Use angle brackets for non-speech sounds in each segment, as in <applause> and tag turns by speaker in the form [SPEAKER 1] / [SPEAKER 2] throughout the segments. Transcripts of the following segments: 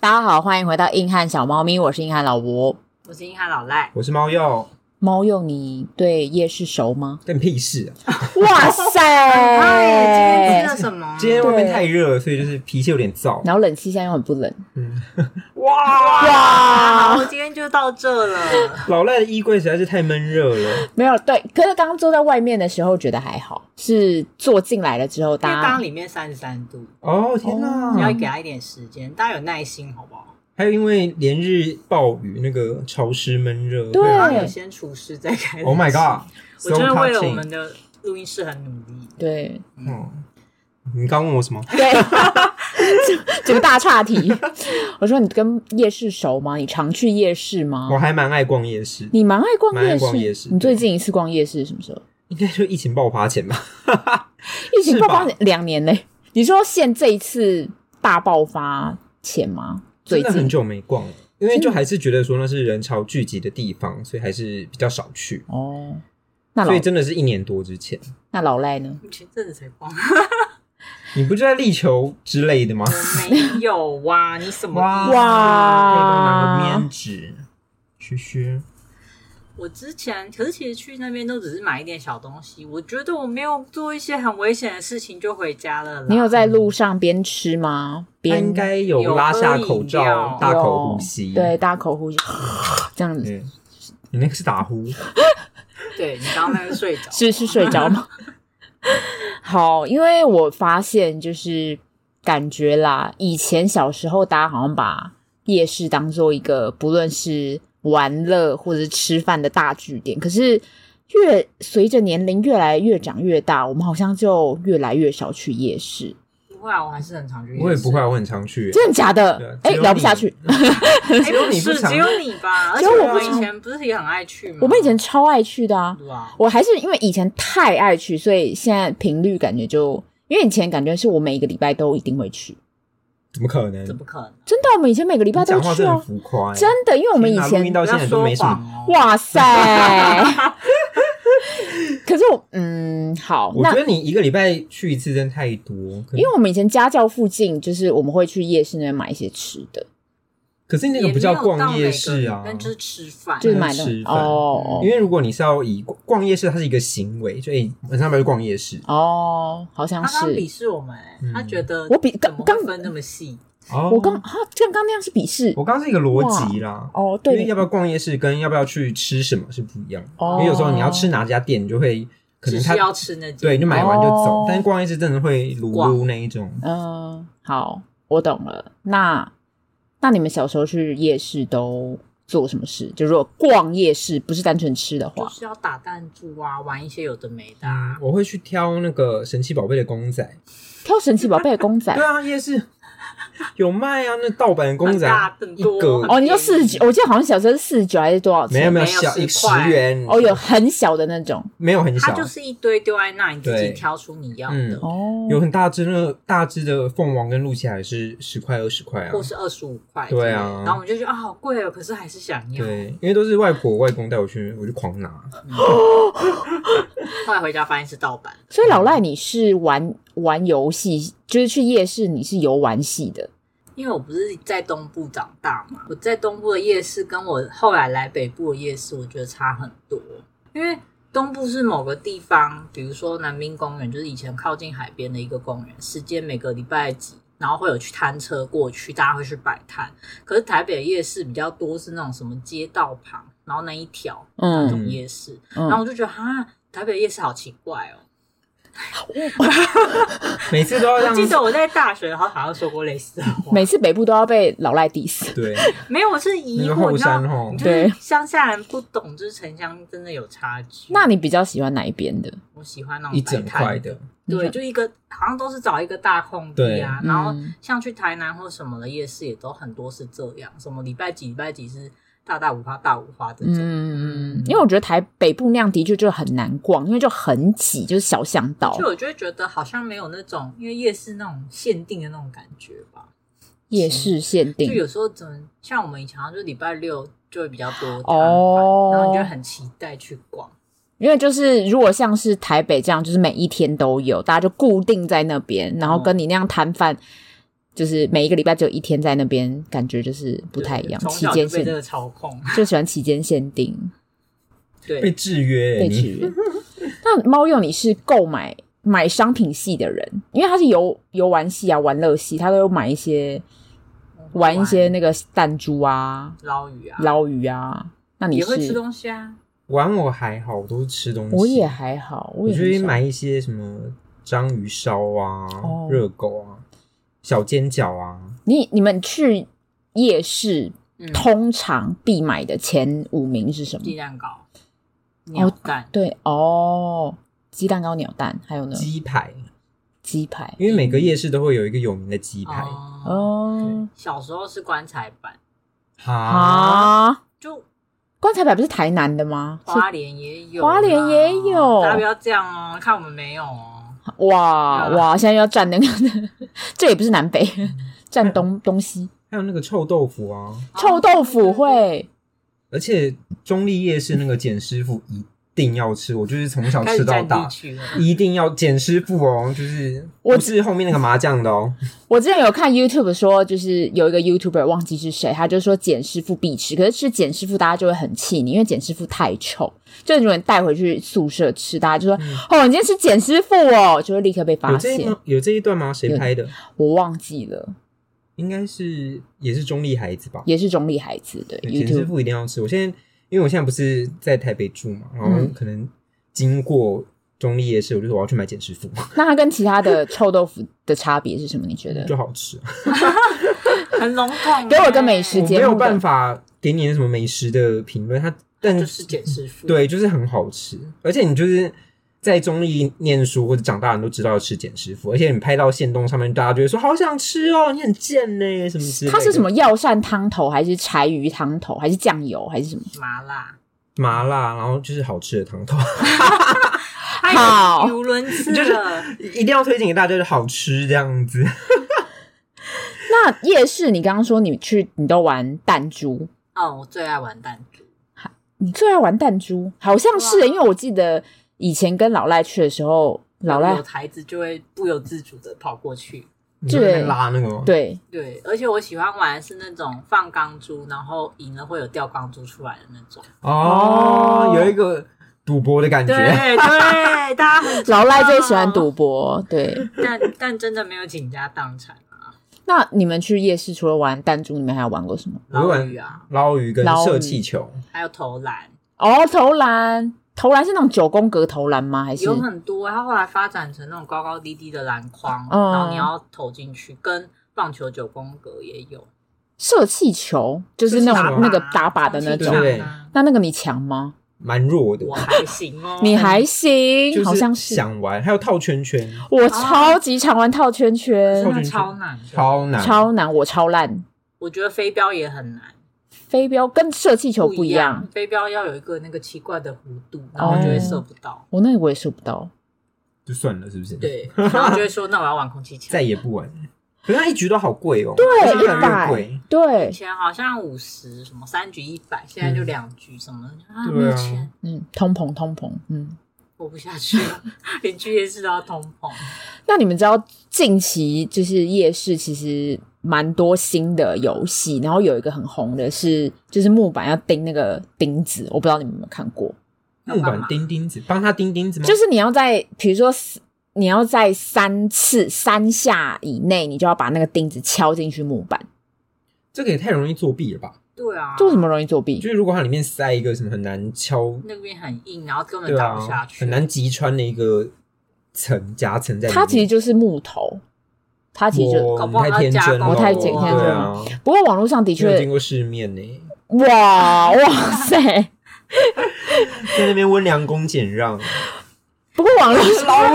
[SPEAKER 1] 大家好，欢迎回到硬汉小猫咪，我是硬汉老伯。
[SPEAKER 2] 我是硬汉老赖，
[SPEAKER 3] 我是猫药，
[SPEAKER 1] 猫鼬，你对夜市熟吗？
[SPEAKER 3] 干你屁事啊！
[SPEAKER 1] 哇
[SPEAKER 2] 哎，今天吃了
[SPEAKER 1] 塞！
[SPEAKER 2] 什么？
[SPEAKER 3] 今天外面太热了，所以就是脾气有点燥。
[SPEAKER 1] 然后冷气现在又很不冷，
[SPEAKER 3] 嗯，
[SPEAKER 2] 哇，
[SPEAKER 1] 哇
[SPEAKER 2] 我今天就到这了。
[SPEAKER 3] 老赖的衣柜实在是太闷热了，
[SPEAKER 1] 没有对。可是刚刚坐在外面的时候觉得还好，是坐进来了之后，
[SPEAKER 2] 因为刚
[SPEAKER 1] 大
[SPEAKER 2] 刚
[SPEAKER 1] 家
[SPEAKER 2] 里面三十三度，
[SPEAKER 3] 哦天
[SPEAKER 1] 哦
[SPEAKER 3] 哪！
[SPEAKER 2] 你要给他一点时间，大家有耐心好不好？
[SPEAKER 3] 还有因为连日暴雨，那个潮湿闷热。啊
[SPEAKER 1] 对
[SPEAKER 2] 然后有先厨师再开始。
[SPEAKER 3] ，Oh my god！
[SPEAKER 2] <laughs> 我就是
[SPEAKER 3] so
[SPEAKER 2] 为了
[SPEAKER 3] touching
[SPEAKER 2] 我们的录音室很努力。
[SPEAKER 1] 对
[SPEAKER 3] 嗯，你刚问我什么？
[SPEAKER 1] 对， <laughs> 这这个大岔题。我说你跟夜市熟吗？你常去夜市吗
[SPEAKER 3] 我？还蛮爱逛夜市，
[SPEAKER 1] 你蛮爱逛
[SPEAKER 3] 蛮爱
[SPEAKER 1] 夜市，
[SPEAKER 3] 逛夜市
[SPEAKER 1] 你最近一次逛夜市是什么时候？
[SPEAKER 3] 应该就疫情爆发前吧。
[SPEAKER 1] 疫情
[SPEAKER 3] 是
[SPEAKER 1] 爆
[SPEAKER 3] 吧
[SPEAKER 1] 发两年嘞、你说现这一次大爆发前吗？最
[SPEAKER 3] 真的
[SPEAKER 1] 近
[SPEAKER 3] 很久没逛了，因为就还是觉得说那是人潮聚集的地方，所以还是比较少去。
[SPEAKER 1] 哦，那老
[SPEAKER 3] 所以真的是一年多之前，
[SPEAKER 1] 那老赖呢？
[SPEAKER 2] 你前阵子才逛，
[SPEAKER 3] 你不就在力求之类的吗？
[SPEAKER 2] 我没有哇、你什么意思？
[SPEAKER 1] 哇
[SPEAKER 3] 可以拿个面纸，嘘嘘，
[SPEAKER 2] 我之前可是其实去那边都只是买一点小东西，我觉得我没有做一些很危险的事情就回家了啦。
[SPEAKER 1] 你有在路上边吃吗？
[SPEAKER 3] 他
[SPEAKER 1] 边
[SPEAKER 3] 应该有拉下口罩，大口呼吸，
[SPEAKER 1] 对，，大口呼吸这样子，
[SPEAKER 3] 嗯，你那个是打呼，
[SPEAKER 2] 对你刚刚那个睡着
[SPEAKER 1] <laughs> 是是睡着吗？好，因为我发现就是感觉啦，以前小时候大家好像把夜市当做一个不论是玩乐或者是吃饭的大据点，可是越随着年龄越来越长越大，我们好像就越来越少去夜 <laughs> 市，
[SPEAKER 2] 不会啊，我还是很常去夜市。
[SPEAKER 3] <laughs> 我也不会，啊我很常去，
[SPEAKER 1] 真的假
[SPEAKER 3] 对啊
[SPEAKER 1] 的？哎、
[SPEAKER 3] 只有
[SPEAKER 1] 聊不
[SPEAKER 3] 你 <laughs>
[SPEAKER 1] 下去。
[SPEAKER 2] 哎，
[SPEAKER 1] <laughs>
[SPEAKER 3] 只有
[SPEAKER 2] 不
[SPEAKER 3] 你不
[SPEAKER 2] 是
[SPEAKER 3] 常
[SPEAKER 2] 只有你吧？而
[SPEAKER 1] 只
[SPEAKER 2] 且
[SPEAKER 1] 有
[SPEAKER 2] 我
[SPEAKER 1] 我
[SPEAKER 2] 们
[SPEAKER 1] 不
[SPEAKER 2] 以
[SPEAKER 1] 常
[SPEAKER 2] 前不是也很爱去吗？
[SPEAKER 1] 我们以前超爱去的啊，
[SPEAKER 2] 对啊，
[SPEAKER 1] 我还是因为以前太爱去，所以现在频率感觉就，因为以前感觉是我每一个礼拜都一定会去，
[SPEAKER 3] 怎么可能？
[SPEAKER 2] 怎么可能？
[SPEAKER 1] 真的，我们以前每个礼
[SPEAKER 3] 你
[SPEAKER 1] 拜都
[SPEAKER 3] 讲话
[SPEAKER 1] 会去
[SPEAKER 3] 真的
[SPEAKER 1] 啊
[SPEAKER 3] 很，浮夸，欸
[SPEAKER 1] 真的，因为我们以
[SPEAKER 3] 天哪录
[SPEAKER 1] 前，
[SPEAKER 3] 音到
[SPEAKER 2] 不
[SPEAKER 3] 现
[SPEAKER 2] 要
[SPEAKER 3] 在都
[SPEAKER 2] 说
[SPEAKER 3] 没什么，啊
[SPEAKER 2] 谎哦。
[SPEAKER 1] 哇塞，
[SPEAKER 3] <laughs>
[SPEAKER 1] 可是我，嗯，好，
[SPEAKER 3] 我
[SPEAKER 1] 那
[SPEAKER 3] 觉得你一个礼拜去一次真的太多，可
[SPEAKER 1] 因为我们以前家教附近，就是我们会去夜市那边买一些吃的，
[SPEAKER 3] 可是那个不叫逛夜市啊，
[SPEAKER 2] 那就是吃饭。啊
[SPEAKER 1] 就是买的
[SPEAKER 3] 吃饭
[SPEAKER 1] 哦
[SPEAKER 3] 因为如果你是要以逛夜市，它是一个行为，所以晚上不要去逛夜市
[SPEAKER 1] 哦，好像
[SPEAKER 2] 他刚刚鄙
[SPEAKER 1] 是，
[SPEAKER 2] 视我们、欸
[SPEAKER 3] 嗯
[SPEAKER 2] 他觉得
[SPEAKER 1] 我比
[SPEAKER 2] 怎么
[SPEAKER 1] 刚
[SPEAKER 2] 会分那么细？
[SPEAKER 3] 哦。
[SPEAKER 1] 我刚啊，刚刚那样是鄙视
[SPEAKER 3] 我刚刚是一个逻辑啦，
[SPEAKER 1] 哦，
[SPEAKER 3] 因为
[SPEAKER 1] 对
[SPEAKER 3] 要，不要逛夜市跟要不要去吃什么是不一样的。
[SPEAKER 1] 哦
[SPEAKER 3] 因为有时候你要吃哪家店，你就会可
[SPEAKER 2] 只
[SPEAKER 3] 能
[SPEAKER 2] 是
[SPEAKER 3] 他
[SPEAKER 2] 要吃那几
[SPEAKER 3] 对，你就买完就走
[SPEAKER 1] 哦。
[SPEAKER 3] 但是逛夜市真的会撸撸那一种，
[SPEAKER 1] 嗯，好，我懂了。那那你们小时候去夜市都做什么事？就如果逛夜市不是单纯吃的
[SPEAKER 2] 就
[SPEAKER 1] 话，
[SPEAKER 2] 是要打弹珠啊，玩一些有的没的、
[SPEAKER 3] 嗯
[SPEAKER 2] 啊，
[SPEAKER 3] 我会去挑那个神奇宝贝的公仔。
[SPEAKER 1] 挑神奇宝贝的公
[SPEAKER 3] <laughs>
[SPEAKER 1] 仔
[SPEAKER 3] 对啊，夜市有卖啊，那盗版的公
[SPEAKER 2] 很
[SPEAKER 3] 仔
[SPEAKER 2] 大很
[SPEAKER 3] 一
[SPEAKER 2] 多
[SPEAKER 3] 个
[SPEAKER 1] 哦，你说四十九，我记得好像小时候是四十九还是多少钱？
[SPEAKER 3] 没有没有
[SPEAKER 2] 没有
[SPEAKER 3] 小
[SPEAKER 2] 十
[SPEAKER 3] 一十
[SPEAKER 2] 块
[SPEAKER 3] 元
[SPEAKER 1] 哦，有很小的那种
[SPEAKER 3] 没有嗯很
[SPEAKER 2] 它
[SPEAKER 3] 小，
[SPEAKER 2] 就是一堆丢在那，你自己
[SPEAKER 3] 对
[SPEAKER 2] 挑出你要的，
[SPEAKER 3] 嗯
[SPEAKER 1] 哦，
[SPEAKER 3] 有很大只那个大只的凤凰跟露西亚也是十块二十块啊
[SPEAKER 2] 或。是二十五块。
[SPEAKER 3] 对啊
[SPEAKER 2] 然后我们就觉得啊，好贵哦，可是还是想要。嗯
[SPEAKER 1] <laughs>
[SPEAKER 3] 对，因为都是外婆外公带我去，我就狂拿。
[SPEAKER 2] 后来回家发现是盗版，
[SPEAKER 1] 所以老赖你是玩玩游戏，就是去夜市你是游玩系的
[SPEAKER 2] 因为我不是在东部长大嘛，我在东部的夜市跟我后来来北部的夜市，我觉得差很多。因为东部是某个地方，比如说南滨公园，就是以前靠近海边的一个公园，时间每个礼拜几，然后会有去摊车过去，大家会去摆摊。可是台北的夜市比较多是那种什么街道旁，然后那一条
[SPEAKER 1] 嗯
[SPEAKER 2] 那种夜市，然后
[SPEAKER 1] 嗯，
[SPEAKER 2] 我就觉得哈，台北夜市好奇怪哦。
[SPEAKER 3] 每次都要
[SPEAKER 2] 我
[SPEAKER 3] 这样
[SPEAKER 2] <laughs> 记
[SPEAKER 3] 子。
[SPEAKER 2] 得我在大学，然后好像说过类似的话。
[SPEAKER 1] 每次北部都要被老赖
[SPEAKER 2] <laughs>
[SPEAKER 1] diss。
[SPEAKER 3] 对，
[SPEAKER 2] 没有，我是疑
[SPEAKER 3] 那个
[SPEAKER 2] 惑，
[SPEAKER 3] 后
[SPEAKER 2] 你知道
[SPEAKER 3] 山，吼
[SPEAKER 2] 你，
[SPEAKER 1] 对
[SPEAKER 2] 就是乡下人不懂，就是城乡真的有差距。
[SPEAKER 1] 那你比较喜欢哪一边的？
[SPEAKER 2] 我喜欢那种
[SPEAKER 3] 一整
[SPEAKER 2] 摆摊
[SPEAKER 3] 块的，，
[SPEAKER 2] 对，就一个好像都是找一个大空地啊，
[SPEAKER 1] 对
[SPEAKER 2] 然后
[SPEAKER 1] 嗯
[SPEAKER 2] 像去台南或什么的夜市也都很多是这样，什么礼拜几礼拜几是大大五花大五花这种，
[SPEAKER 1] 嗯，因为我觉得台北部那样的确就很难逛，因为就很挤，就是小巷道
[SPEAKER 2] 就。我就会觉得好像没有那种因为夜市那种限定的那种感觉吧，
[SPEAKER 1] 夜市限
[SPEAKER 2] 就
[SPEAKER 1] 定
[SPEAKER 2] 有时候怎么像我们以前好像就礼拜六就会比较多摊贩然后
[SPEAKER 1] 哦
[SPEAKER 2] 你就，很期待去逛。
[SPEAKER 1] 因为就是如果像是台
[SPEAKER 2] 嗯
[SPEAKER 1] 北这样，就是每一天都有，大家就固定在那边，然后跟你那样摊贩，就是每一个礼拜只有一天在那边，感觉就是不太一样。
[SPEAKER 2] 从
[SPEAKER 1] 期
[SPEAKER 2] 小
[SPEAKER 1] 间
[SPEAKER 2] 就被
[SPEAKER 1] 限
[SPEAKER 2] 这个操控。
[SPEAKER 1] 就喜欢期间限定
[SPEAKER 3] 被
[SPEAKER 2] 对，
[SPEAKER 3] 制约、欸
[SPEAKER 1] 被
[SPEAKER 3] 你
[SPEAKER 1] 制约。 <laughs> 那猫鼬你是购买买商品系的人，因为他是游游玩系啊、玩乐系，他都有买一些玩一些那个弹珠啊、
[SPEAKER 2] 捞鱼啊，
[SPEAKER 1] 捞鱼啊。那你
[SPEAKER 2] 也会吃
[SPEAKER 1] 是？
[SPEAKER 2] 东西啊。
[SPEAKER 3] 玩偶还好，我都是吃东西。
[SPEAKER 1] 我也还好，我
[SPEAKER 3] 我
[SPEAKER 1] 也
[SPEAKER 3] 就会
[SPEAKER 1] 很少
[SPEAKER 3] 买一些什么章鱼烧啊、
[SPEAKER 1] 哦
[SPEAKER 3] 热狗啊、小煎饺啊。
[SPEAKER 1] 你你们去夜市
[SPEAKER 2] 嗯，
[SPEAKER 1] 通常必买的前五名是什么？
[SPEAKER 2] 鸡蛋糕、
[SPEAKER 1] 哦
[SPEAKER 2] 鸟蛋，
[SPEAKER 1] 对哦，鸡蛋糕、鸟蛋，还有呢，
[SPEAKER 3] 鸡排，
[SPEAKER 1] 鸡排
[SPEAKER 3] 因为每个夜市都会有一个有名的鸡排
[SPEAKER 2] 哦，
[SPEAKER 1] 哦
[SPEAKER 2] 小时候是棺材板，
[SPEAKER 3] 啊，
[SPEAKER 1] 啊，
[SPEAKER 2] 就
[SPEAKER 1] 棺材板不是台南的吗？
[SPEAKER 2] 花莲也有啦，
[SPEAKER 1] 花莲也有
[SPEAKER 2] 大家不要这样哦，看我们没有哦。
[SPEAKER 1] 是哇
[SPEAKER 2] 啊
[SPEAKER 1] 哇，现在又要占那个， <laughs> 这也不是南北，占东东西。
[SPEAKER 3] 还有那个臭豆腐啊，
[SPEAKER 1] 臭豆腐
[SPEAKER 2] 哦
[SPEAKER 1] 会
[SPEAKER 3] 而且中立夜市那个简师傅一定要吃，我就是从小
[SPEAKER 2] 开
[SPEAKER 3] 吃
[SPEAKER 2] 始
[SPEAKER 3] 到
[SPEAKER 2] 占地
[SPEAKER 3] 大，
[SPEAKER 2] 区了。
[SPEAKER 3] 一定要简师傅哦，就是
[SPEAKER 1] 我
[SPEAKER 3] 不是后面那个麻将的哦，
[SPEAKER 1] 我之前有看 YouTube 说，就是有一个 YouTuber 忘记是谁，他就说简师傅必吃，可是吃简师傅大家就会很气你，因为简师傅太臭。就如果你带回去宿舍吃，大家就说：“哦，你今天吃简师傅哦！”就会立刻被
[SPEAKER 3] 嗯有
[SPEAKER 1] 发
[SPEAKER 3] 这一
[SPEAKER 1] 现
[SPEAKER 3] 吗。有这一段吗？谁
[SPEAKER 1] 有
[SPEAKER 3] 拍的？
[SPEAKER 1] 我忘记了，
[SPEAKER 3] 应该是也是中立孩子吧。
[SPEAKER 1] 也是中立孩子的
[SPEAKER 3] 对简师
[SPEAKER 1] YouTube
[SPEAKER 3] 傅一定要吃。我现在因为我现在不是在台北住嘛，然后
[SPEAKER 1] 嗯
[SPEAKER 3] 可能经过中立夜市，我就说我要去买简师傅，
[SPEAKER 1] 那它跟其他的臭豆腐的差别是什么？你觉得？
[SPEAKER 3] <laughs> 就好吃。啊
[SPEAKER 2] 很笼统欸，
[SPEAKER 1] <laughs> 给我个美食
[SPEAKER 3] 我没
[SPEAKER 1] 节目
[SPEAKER 3] 有
[SPEAKER 1] 的
[SPEAKER 3] 办法给你什么美食的评论，它
[SPEAKER 1] 嗯
[SPEAKER 3] 但
[SPEAKER 2] 就是简
[SPEAKER 3] <laughs>
[SPEAKER 2] 师傅。，
[SPEAKER 3] 对，就是很好吃，而且你就是。在中立念书或者长大，人都知道吃简师傅，而且你拍到线动上面，大家就会说好想吃哦，你很贱呢，什么之类的。
[SPEAKER 1] 它是什么药膳汤头，还是柴鱼汤头，还是酱油，还是什么？
[SPEAKER 2] 麻辣，
[SPEAKER 3] 麻辣，然后就是好吃的汤头， <laughs>
[SPEAKER 1] 好
[SPEAKER 2] 语无伦次
[SPEAKER 3] 就是
[SPEAKER 2] 了。
[SPEAKER 3] 一定要推荐给大家，就是好吃这样子。
[SPEAKER 1] 那夜市，你刚刚说你去，你都玩弹珠，
[SPEAKER 2] 嗯，我最爱玩弹珠，
[SPEAKER 1] 你最爱玩弹珠，好像是，
[SPEAKER 2] 哇
[SPEAKER 1] 因为我记得以前跟老赖去的时候，老赖
[SPEAKER 2] 有台子就会不由自主的跑过去。
[SPEAKER 3] 你在那边
[SPEAKER 1] 对
[SPEAKER 3] 拉那个吗？
[SPEAKER 1] <laughs> 对
[SPEAKER 2] 对，而且我喜欢玩的是那种放钢珠，然后赢了会有掉钢珠出来的那种。
[SPEAKER 3] 哦
[SPEAKER 1] 哦，
[SPEAKER 3] 有一个赌博的感
[SPEAKER 2] 对
[SPEAKER 3] 觉。
[SPEAKER 2] 对，大家很
[SPEAKER 1] <laughs> 老赖最喜欢赌博，
[SPEAKER 2] <laughs>
[SPEAKER 1] 对。
[SPEAKER 2] 但但真的没有倾家荡产啊，
[SPEAKER 1] 那你们去夜市除了玩弹珠，你们还有玩过什么？
[SPEAKER 3] 我会
[SPEAKER 2] 捞
[SPEAKER 3] 玩
[SPEAKER 2] 鱼啊，
[SPEAKER 3] 捞鱼跟
[SPEAKER 1] 捞鱼
[SPEAKER 3] 射气球，
[SPEAKER 2] 还有投篮，
[SPEAKER 1] 哦，投篮，投篮是那种九宫格投篮吗？还是
[SPEAKER 2] 有很多。它后来发展成那种高高低低的篮筐，
[SPEAKER 1] 嗯
[SPEAKER 2] 然后你要投进去，跟棒球九宫格也有，
[SPEAKER 1] 射气球？就是那
[SPEAKER 3] 射气球
[SPEAKER 1] 种
[SPEAKER 3] 啊
[SPEAKER 1] 那个打靶的那
[SPEAKER 2] 空气
[SPEAKER 1] 种
[SPEAKER 2] 枪。啊
[SPEAKER 3] 对对对
[SPEAKER 1] 那那个你强吗？，
[SPEAKER 3] 蛮弱的
[SPEAKER 2] 我。还行哦
[SPEAKER 1] <laughs> 你还行，
[SPEAKER 3] 就
[SPEAKER 1] 好像是。
[SPEAKER 3] 想玩，还有套圈圈，
[SPEAKER 1] 我超级常玩套圈圈，
[SPEAKER 2] 真的超难的，
[SPEAKER 3] 超难。
[SPEAKER 1] 超难，我超烂。
[SPEAKER 2] 我觉得飞镖也很难。
[SPEAKER 1] 飞镖跟射气球不一样，，哦
[SPEAKER 2] 飞镖要有一个那个奇怪的弧度，然后就会射不到。
[SPEAKER 1] 我那个我也射不到。
[SPEAKER 3] 就算了，是不
[SPEAKER 1] <laughs>
[SPEAKER 3] 是？，
[SPEAKER 2] 对，然后就会说那我要玩空气
[SPEAKER 3] 再
[SPEAKER 2] 枪。
[SPEAKER 3] 也不玩。可是它一局都好贵哦，对越
[SPEAKER 1] 一
[SPEAKER 3] 来
[SPEAKER 1] 百
[SPEAKER 3] 越贵。
[SPEAKER 1] 对
[SPEAKER 2] 以，前好像五十什么三局一百，现在就两局什么啊
[SPEAKER 3] 嗯对啊
[SPEAKER 2] 没有钱，
[SPEAKER 1] 嗯，通膨通膨，嗯。
[SPEAKER 2] 活不下去了， <laughs> 邻居夜市都要通膨。
[SPEAKER 1] 那你们知道近期就是夜市其实蛮多新的游戏，然后有一个很红的是就是木板要钉那个钉子，我不知道你们有没有看过，
[SPEAKER 2] 要
[SPEAKER 3] 木
[SPEAKER 2] 干
[SPEAKER 3] 板
[SPEAKER 2] 嘛
[SPEAKER 3] 钉钉子，帮他钉钉子吗？
[SPEAKER 1] 就是你要在比如说你要在三次三下以内，你就要把那个钉子敲进去木板，
[SPEAKER 3] 这个也太容易作弊了吧？
[SPEAKER 2] 对啊，
[SPEAKER 1] 这为什么容易作弊
[SPEAKER 3] 就？是如果它里面塞一个什么很难敲，
[SPEAKER 2] 那边很硬，然后根本
[SPEAKER 3] 对
[SPEAKER 2] 打
[SPEAKER 3] 啊
[SPEAKER 2] 不下，去，
[SPEAKER 3] 很
[SPEAKER 2] <laughs>
[SPEAKER 3] 难击穿的一个层夹层在里面。
[SPEAKER 1] 它其实就是木头，它其实就
[SPEAKER 3] 哇
[SPEAKER 2] 搞
[SPEAKER 3] 你
[SPEAKER 2] 不好
[SPEAKER 3] 太天
[SPEAKER 2] 要加
[SPEAKER 3] 真了，
[SPEAKER 2] 工
[SPEAKER 1] 我太简
[SPEAKER 2] 天
[SPEAKER 3] 对
[SPEAKER 1] 真
[SPEAKER 3] 啊，
[SPEAKER 1] 了不过网络上的
[SPEAKER 3] 没有
[SPEAKER 1] 确
[SPEAKER 3] 见过世面呢。
[SPEAKER 1] 哇哇塞。
[SPEAKER 3] 在那边温良恭俭
[SPEAKER 2] <laughs>
[SPEAKER 3] 让，
[SPEAKER 1] 不过网络
[SPEAKER 3] <laughs>
[SPEAKER 1] 上，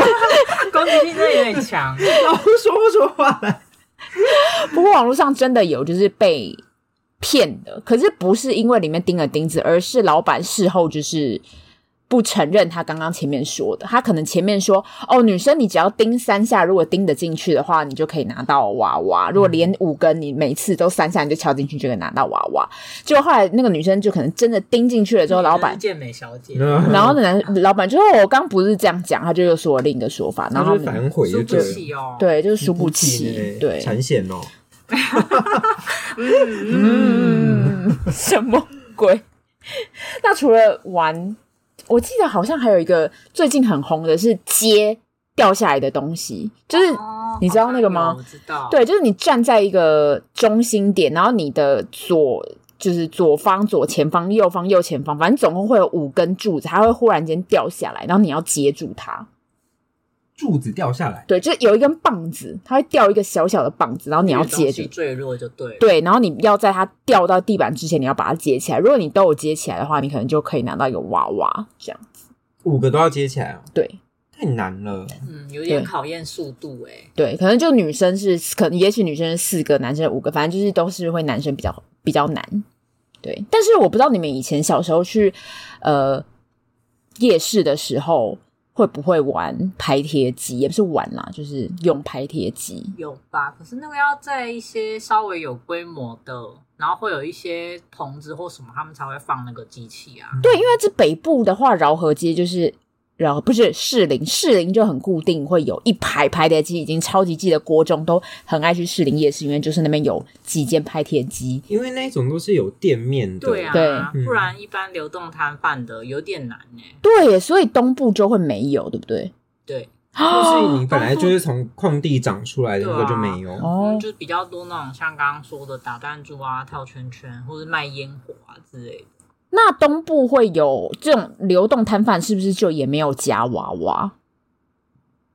[SPEAKER 2] 攻击性真的有点强。
[SPEAKER 3] 老胡说不出话来。
[SPEAKER 1] 不过网络上真的有就是被骗的，可是不是因为里面钉了钉子，而是老板事后就是不承认他刚刚前面说的，他可能前面说哦，女生你只要叮三下，如果叮得进去的话，你就可以拿到娃娃；如果连五根你每次都三下你就敲进去，就可以拿到娃娃。结果后来那个女生就可能真的叮进去了之后，老板
[SPEAKER 2] 就是健美小姐，
[SPEAKER 3] 然
[SPEAKER 1] 然后呢，老板就哦说：“哦我刚不是这样讲。”他就又说了另一个说法，然
[SPEAKER 3] 然
[SPEAKER 1] 后
[SPEAKER 3] 后
[SPEAKER 1] 他们
[SPEAKER 3] 反悔
[SPEAKER 2] 输
[SPEAKER 3] 就
[SPEAKER 2] 不
[SPEAKER 3] 对了，
[SPEAKER 2] 起哦。，
[SPEAKER 1] 对，就是输
[SPEAKER 3] 输
[SPEAKER 1] 不
[SPEAKER 3] 呢
[SPEAKER 1] 起，对，
[SPEAKER 3] 产险哦，
[SPEAKER 1] 嗯，什么鬼？ <laughs> 那除了玩，我记得好像还有一个最近很红的是接掉下来的东西，就是、
[SPEAKER 2] 哦、
[SPEAKER 1] 你知道那个
[SPEAKER 2] 好
[SPEAKER 1] 吗
[SPEAKER 2] 像有我知道，，
[SPEAKER 1] 对，就是你站在一个中心点，然后你的左。就是左方、左前方、右方、右前方，反正总共会有五根柱子，它会忽然间掉下来，然后你要接住它。
[SPEAKER 3] 柱子掉下来，
[SPEAKER 1] 对，就是有一根棒子，它会掉一个小小的棒子，然后你要接住。
[SPEAKER 2] 坠落就对了。
[SPEAKER 1] 对，然后你要在它掉到地板之前，你要把它接起来。如果你都有接起来的话，你可能就可以拿到一个娃娃这样。
[SPEAKER 3] 五个都要接起来哦，
[SPEAKER 1] 对
[SPEAKER 3] 太难了。
[SPEAKER 2] 嗯，有点
[SPEAKER 1] 对
[SPEAKER 2] 考验速度哎、
[SPEAKER 1] 对，可能就女生是，可能也许女生是四个，男生是五个，反正就是都是会男生比较比较难。对，但是我不知道你们以前小时候去呃夜市的时候会不会玩拍贴机，也不是玩啦，就是用拍贴机。
[SPEAKER 2] 有吧？可是那个要在一些稍微有规模的，然后会有一些棚子或什么，他们才会放那个机器啊。
[SPEAKER 1] 对，因为这北部的话，饶河街就是饶不是士林，士林就很固定，会有一排拍贴机，已经超级记得国中都很爱去士林夜市，因为就是那边有几间拍贴机。
[SPEAKER 3] 因为那一种都是有店面的，
[SPEAKER 2] 对啊，
[SPEAKER 1] 对
[SPEAKER 2] 不然一般流动摊贩的有点难呢、
[SPEAKER 1] 对耶，所以东部就会没有，对不对？
[SPEAKER 2] 对，
[SPEAKER 3] 就是你本来就是从空地长出来的，
[SPEAKER 2] 对啊
[SPEAKER 3] 那个就没有。
[SPEAKER 1] 哦
[SPEAKER 2] 嗯，就是比较多那种像刚刚说的打弹珠啊、跳圈圈，或是卖烟火啊之类的。
[SPEAKER 1] 那东部会有这种流动摊贩，是不是就也没有夹娃娃？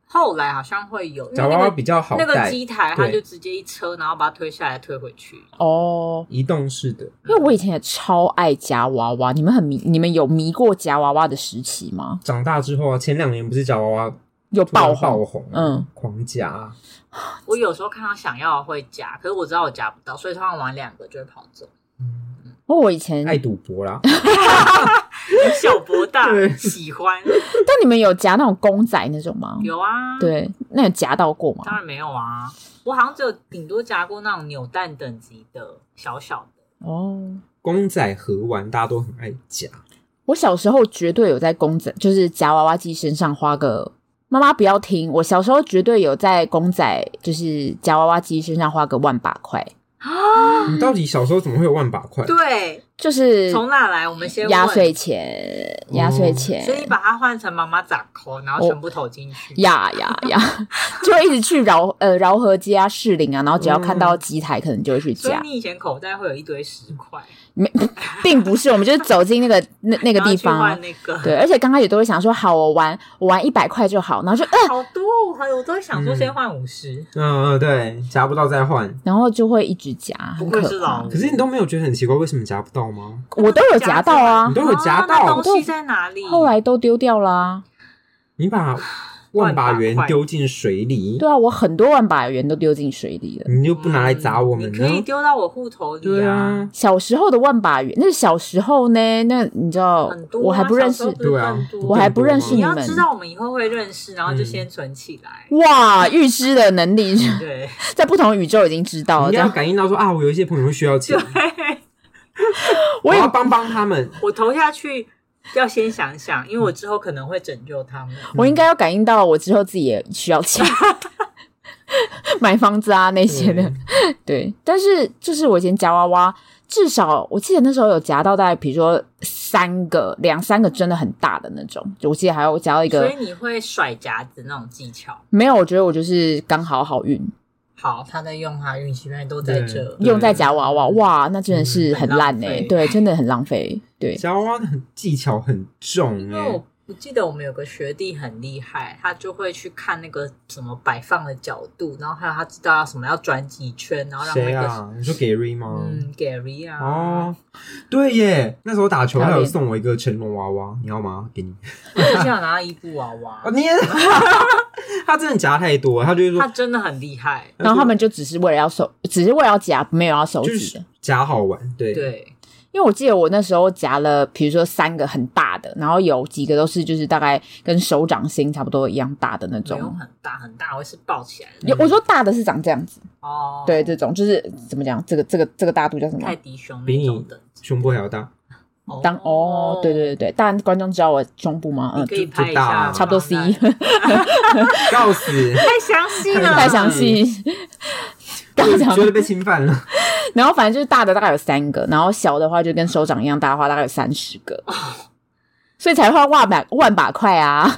[SPEAKER 2] 后来好像会有
[SPEAKER 3] 夹
[SPEAKER 2] 因为
[SPEAKER 3] 娃娃
[SPEAKER 2] 那个
[SPEAKER 3] 比较好
[SPEAKER 2] 那个
[SPEAKER 3] 带，
[SPEAKER 2] 机台，它
[SPEAKER 3] 对
[SPEAKER 2] 就直接一车，然后把它推下来推回去。
[SPEAKER 1] 哦，
[SPEAKER 3] 移动式的，
[SPEAKER 1] 因为我以前也超爱夹娃娃，你们很迷，你们有迷过夹娃娃的时期吗？
[SPEAKER 3] 长大之后啊，前两年不是夹娃娃
[SPEAKER 1] 有
[SPEAKER 3] 突然
[SPEAKER 1] 爆
[SPEAKER 3] 爆
[SPEAKER 1] 红，
[SPEAKER 3] 红，啊
[SPEAKER 1] 嗯，
[SPEAKER 3] 狂夹，啊
[SPEAKER 2] 我有时候看到想要会夹，可是我知道我夹不到，所以通常玩两个就会跑
[SPEAKER 1] <laughs>
[SPEAKER 2] 走。
[SPEAKER 1] 我以前
[SPEAKER 3] 爱赌博啦， <laughs>
[SPEAKER 2] 小博大
[SPEAKER 3] 对
[SPEAKER 2] 喜欢，
[SPEAKER 1] 但你们有夹那种公仔那种吗？
[SPEAKER 2] 有啊，，
[SPEAKER 1] 对，那有夹到过吗？
[SPEAKER 2] 当然没有啊，我好像只有顶多夹过那种扭蛋等级的小小的，
[SPEAKER 1] 哦，
[SPEAKER 3] 公仔盒玩大家都很爱夹，
[SPEAKER 1] 我小时候绝对有在公仔，就是夹娃娃机身上花个。妈妈不要听，我小时候绝对有在公仔，就是夹娃娃机身上花个万把块，啊
[SPEAKER 3] 你到底小时候怎么会有万把块？
[SPEAKER 2] 对，啊
[SPEAKER 1] 就是
[SPEAKER 2] 从哪来？我们先问
[SPEAKER 1] 压岁，钱，
[SPEAKER 3] 哦
[SPEAKER 1] 压岁钱
[SPEAKER 2] 所，以把它换成妈妈掌扣，然后全部投进去。
[SPEAKER 1] 呀呀呀， <laughs> 就一直去饶呃饶河街啊、士林啊，然后只要看到机台，可能就会去
[SPEAKER 2] 所以
[SPEAKER 1] 夹。
[SPEAKER 2] 你以前口袋会有一堆十块，
[SPEAKER 1] 没，并不是，我们就是走进那个那那
[SPEAKER 2] <laughs>
[SPEAKER 1] 个
[SPEAKER 2] 然后
[SPEAKER 1] 地
[SPEAKER 2] 去
[SPEAKER 1] 方，啊
[SPEAKER 2] 换那个，
[SPEAKER 1] 对，而且刚开始都会想说，好，我玩我玩一百块就好，然后就呃，
[SPEAKER 2] 好多哦，我还我都会想说
[SPEAKER 3] 嗯
[SPEAKER 2] 先换五十，
[SPEAKER 3] 嗯嗯，对，夹不到再换。
[SPEAKER 1] 然后就会一直夹，
[SPEAKER 2] 不
[SPEAKER 1] 很
[SPEAKER 2] 愧
[SPEAKER 1] 可
[SPEAKER 2] 是
[SPEAKER 1] 怕
[SPEAKER 2] 老。
[SPEAKER 3] 可是你都没有觉得很奇怪，为什么夹不到吗？
[SPEAKER 1] 我都有夹到啊
[SPEAKER 3] 你，都有夹
[SPEAKER 2] 啊那
[SPEAKER 3] 到，
[SPEAKER 2] 东西在哪里？
[SPEAKER 1] 后来都丢掉啦、
[SPEAKER 2] <sighs>
[SPEAKER 3] 你把万把元
[SPEAKER 2] 万把块
[SPEAKER 3] 丢进水里，
[SPEAKER 1] 对啊，我很多万把元都丢进水里了。
[SPEAKER 3] 你又不拿来砸我们
[SPEAKER 2] 嗯你
[SPEAKER 3] 呢
[SPEAKER 2] 可？以丢到我户头里
[SPEAKER 3] 对
[SPEAKER 2] 啊。
[SPEAKER 3] 啊，
[SPEAKER 1] 小时候的万把元，那是小时候呢，那你知道
[SPEAKER 2] 很，多啊
[SPEAKER 1] 我还不认识
[SPEAKER 2] 小时，候
[SPEAKER 3] 对啊
[SPEAKER 2] 更，多
[SPEAKER 1] 我还不认识
[SPEAKER 2] 你
[SPEAKER 1] 你
[SPEAKER 2] 要
[SPEAKER 1] 们
[SPEAKER 2] 知道，我们以后会认识，然后就先存起来。
[SPEAKER 1] 哇，预知的能力 <laughs>
[SPEAKER 2] 对， <laughs>
[SPEAKER 1] 在不同宇宙已经知道了。
[SPEAKER 3] 你
[SPEAKER 1] 这
[SPEAKER 3] 要
[SPEAKER 1] 样，
[SPEAKER 3] 感应到说啊，我有一些朋友会需要钱，
[SPEAKER 1] 我
[SPEAKER 3] 我
[SPEAKER 1] 也
[SPEAKER 3] 要帮帮
[SPEAKER 1] <laughs>
[SPEAKER 3] 他们。
[SPEAKER 2] 我投下去要先想想，因为我之后可能会拯救他们。
[SPEAKER 1] 我应该要感应到，我之后自己也需要
[SPEAKER 3] <laughs>
[SPEAKER 1] 钱。买房子啊那些的，对，但是就是我以前夹娃娃，至少我记得那时候有夹到大概，比如说三个、两三个真的很大的那种。就我记得还有夹到一
[SPEAKER 2] 所
[SPEAKER 1] 个
[SPEAKER 2] 以，你会甩夹子那种技巧。
[SPEAKER 1] 没有，我觉得我就是刚好好运，
[SPEAKER 2] 好，他在用他运气，原来都在这。
[SPEAKER 3] 对
[SPEAKER 1] 用在夹娃娃，哇，那真的是
[SPEAKER 2] 嗯
[SPEAKER 1] 很
[SPEAKER 2] 很
[SPEAKER 1] 烂哎、
[SPEAKER 2] 浪费
[SPEAKER 1] 对，真的很浪费，对，
[SPEAKER 3] 夹娃娃的很技巧很重
[SPEAKER 2] 因为
[SPEAKER 3] 哎、
[SPEAKER 2] 我我记得我们有个学弟很厉害，他就会去看那个什么摆放的角度，然后还有他知道要什么要转几圈，然后让那
[SPEAKER 3] 谁
[SPEAKER 2] 个、
[SPEAKER 3] 啊？你说 Gary 吗？
[SPEAKER 2] 嗯 Gary 啊，
[SPEAKER 3] 哦，对耶，那时候打球
[SPEAKER 1] 教
[SPEAKER 3] 他
[SPEAKER 1] 练
[SPEAKER 3] 有送我一个成龙娃娃，你要吗？给你。
[SPEAKER 2] 我就想拿伊布娃
[SPEAKER 3] <laughs>
[SPEAKER 2] 娃
[SPEAKER 3] 哦，，你也，他真的夹太多了，他就是
[SPEAKER 2] 他
[SPEAKER 3] 说
[SPEAKER 2] 真的很厉害。
[SPEAKER 1] 然后他们就只是为了要收，只是为了要夹，没有要收集
[SPEAKER 3] 就
[SPEAKER 1] 的
[SPEAKER 3] 是。夹好玩，对，
[SPEAKER 2] 对，
[SPEAKER 1] 因为我记得我那时候夹了，比如说三个很大大的，然后有几个都是就是大概跟手掌心差不多一样大的那
[SPEAKER 2] 没有
[SPEAKER 1] 种。
[SPEAKER 2] 很大很大，我是抱起来的
[SPEAKER 1] 有我说大的是长这样子，
[SPEAKER 2] 哦。
[SPEAKER 1] 对，这种就是怎么讲，这个这个这个大度叫什么
[SPEAKER 2] 泰？迪熊那种的，
[SPEAKER 3] 胸部还要大，
[SPEAKER 1] 当哦，对对对对，但观众知道我胸部吗？
[SPEAKER 2] 你
[SPEAKER 1] 嗯，
[SPEAKER 2] 可以
[SPEAKER 3] 就就
[SPEAKER 2] 拍一
[SPEAKER 3] 大啊
[SPEAKER 2] 下，
[SPEAKER 1] 差不多 C，
[SPEAKER 2] 放在
[SPEAKER 3] 告
[SPEAKER 1] <laughs>
[SPEAKER 3] 死，
[SPEAKER 2] 太详细了，
[SPEAKER 1] 太详细， <laughs> 刚讲
[SPEAKER 3] 嗯觉得被侵犯
[SPEAKER 1] <laughs>
[SPEAKER 3] 了。
[SPEAKER 1] 然后反正就是大的大概有三个，然后小的话就跟手掌一样大的话大概有三十个，
[SPEAKER 2] 哦
[SPEAKER 1] 所以才花万把万把块啊。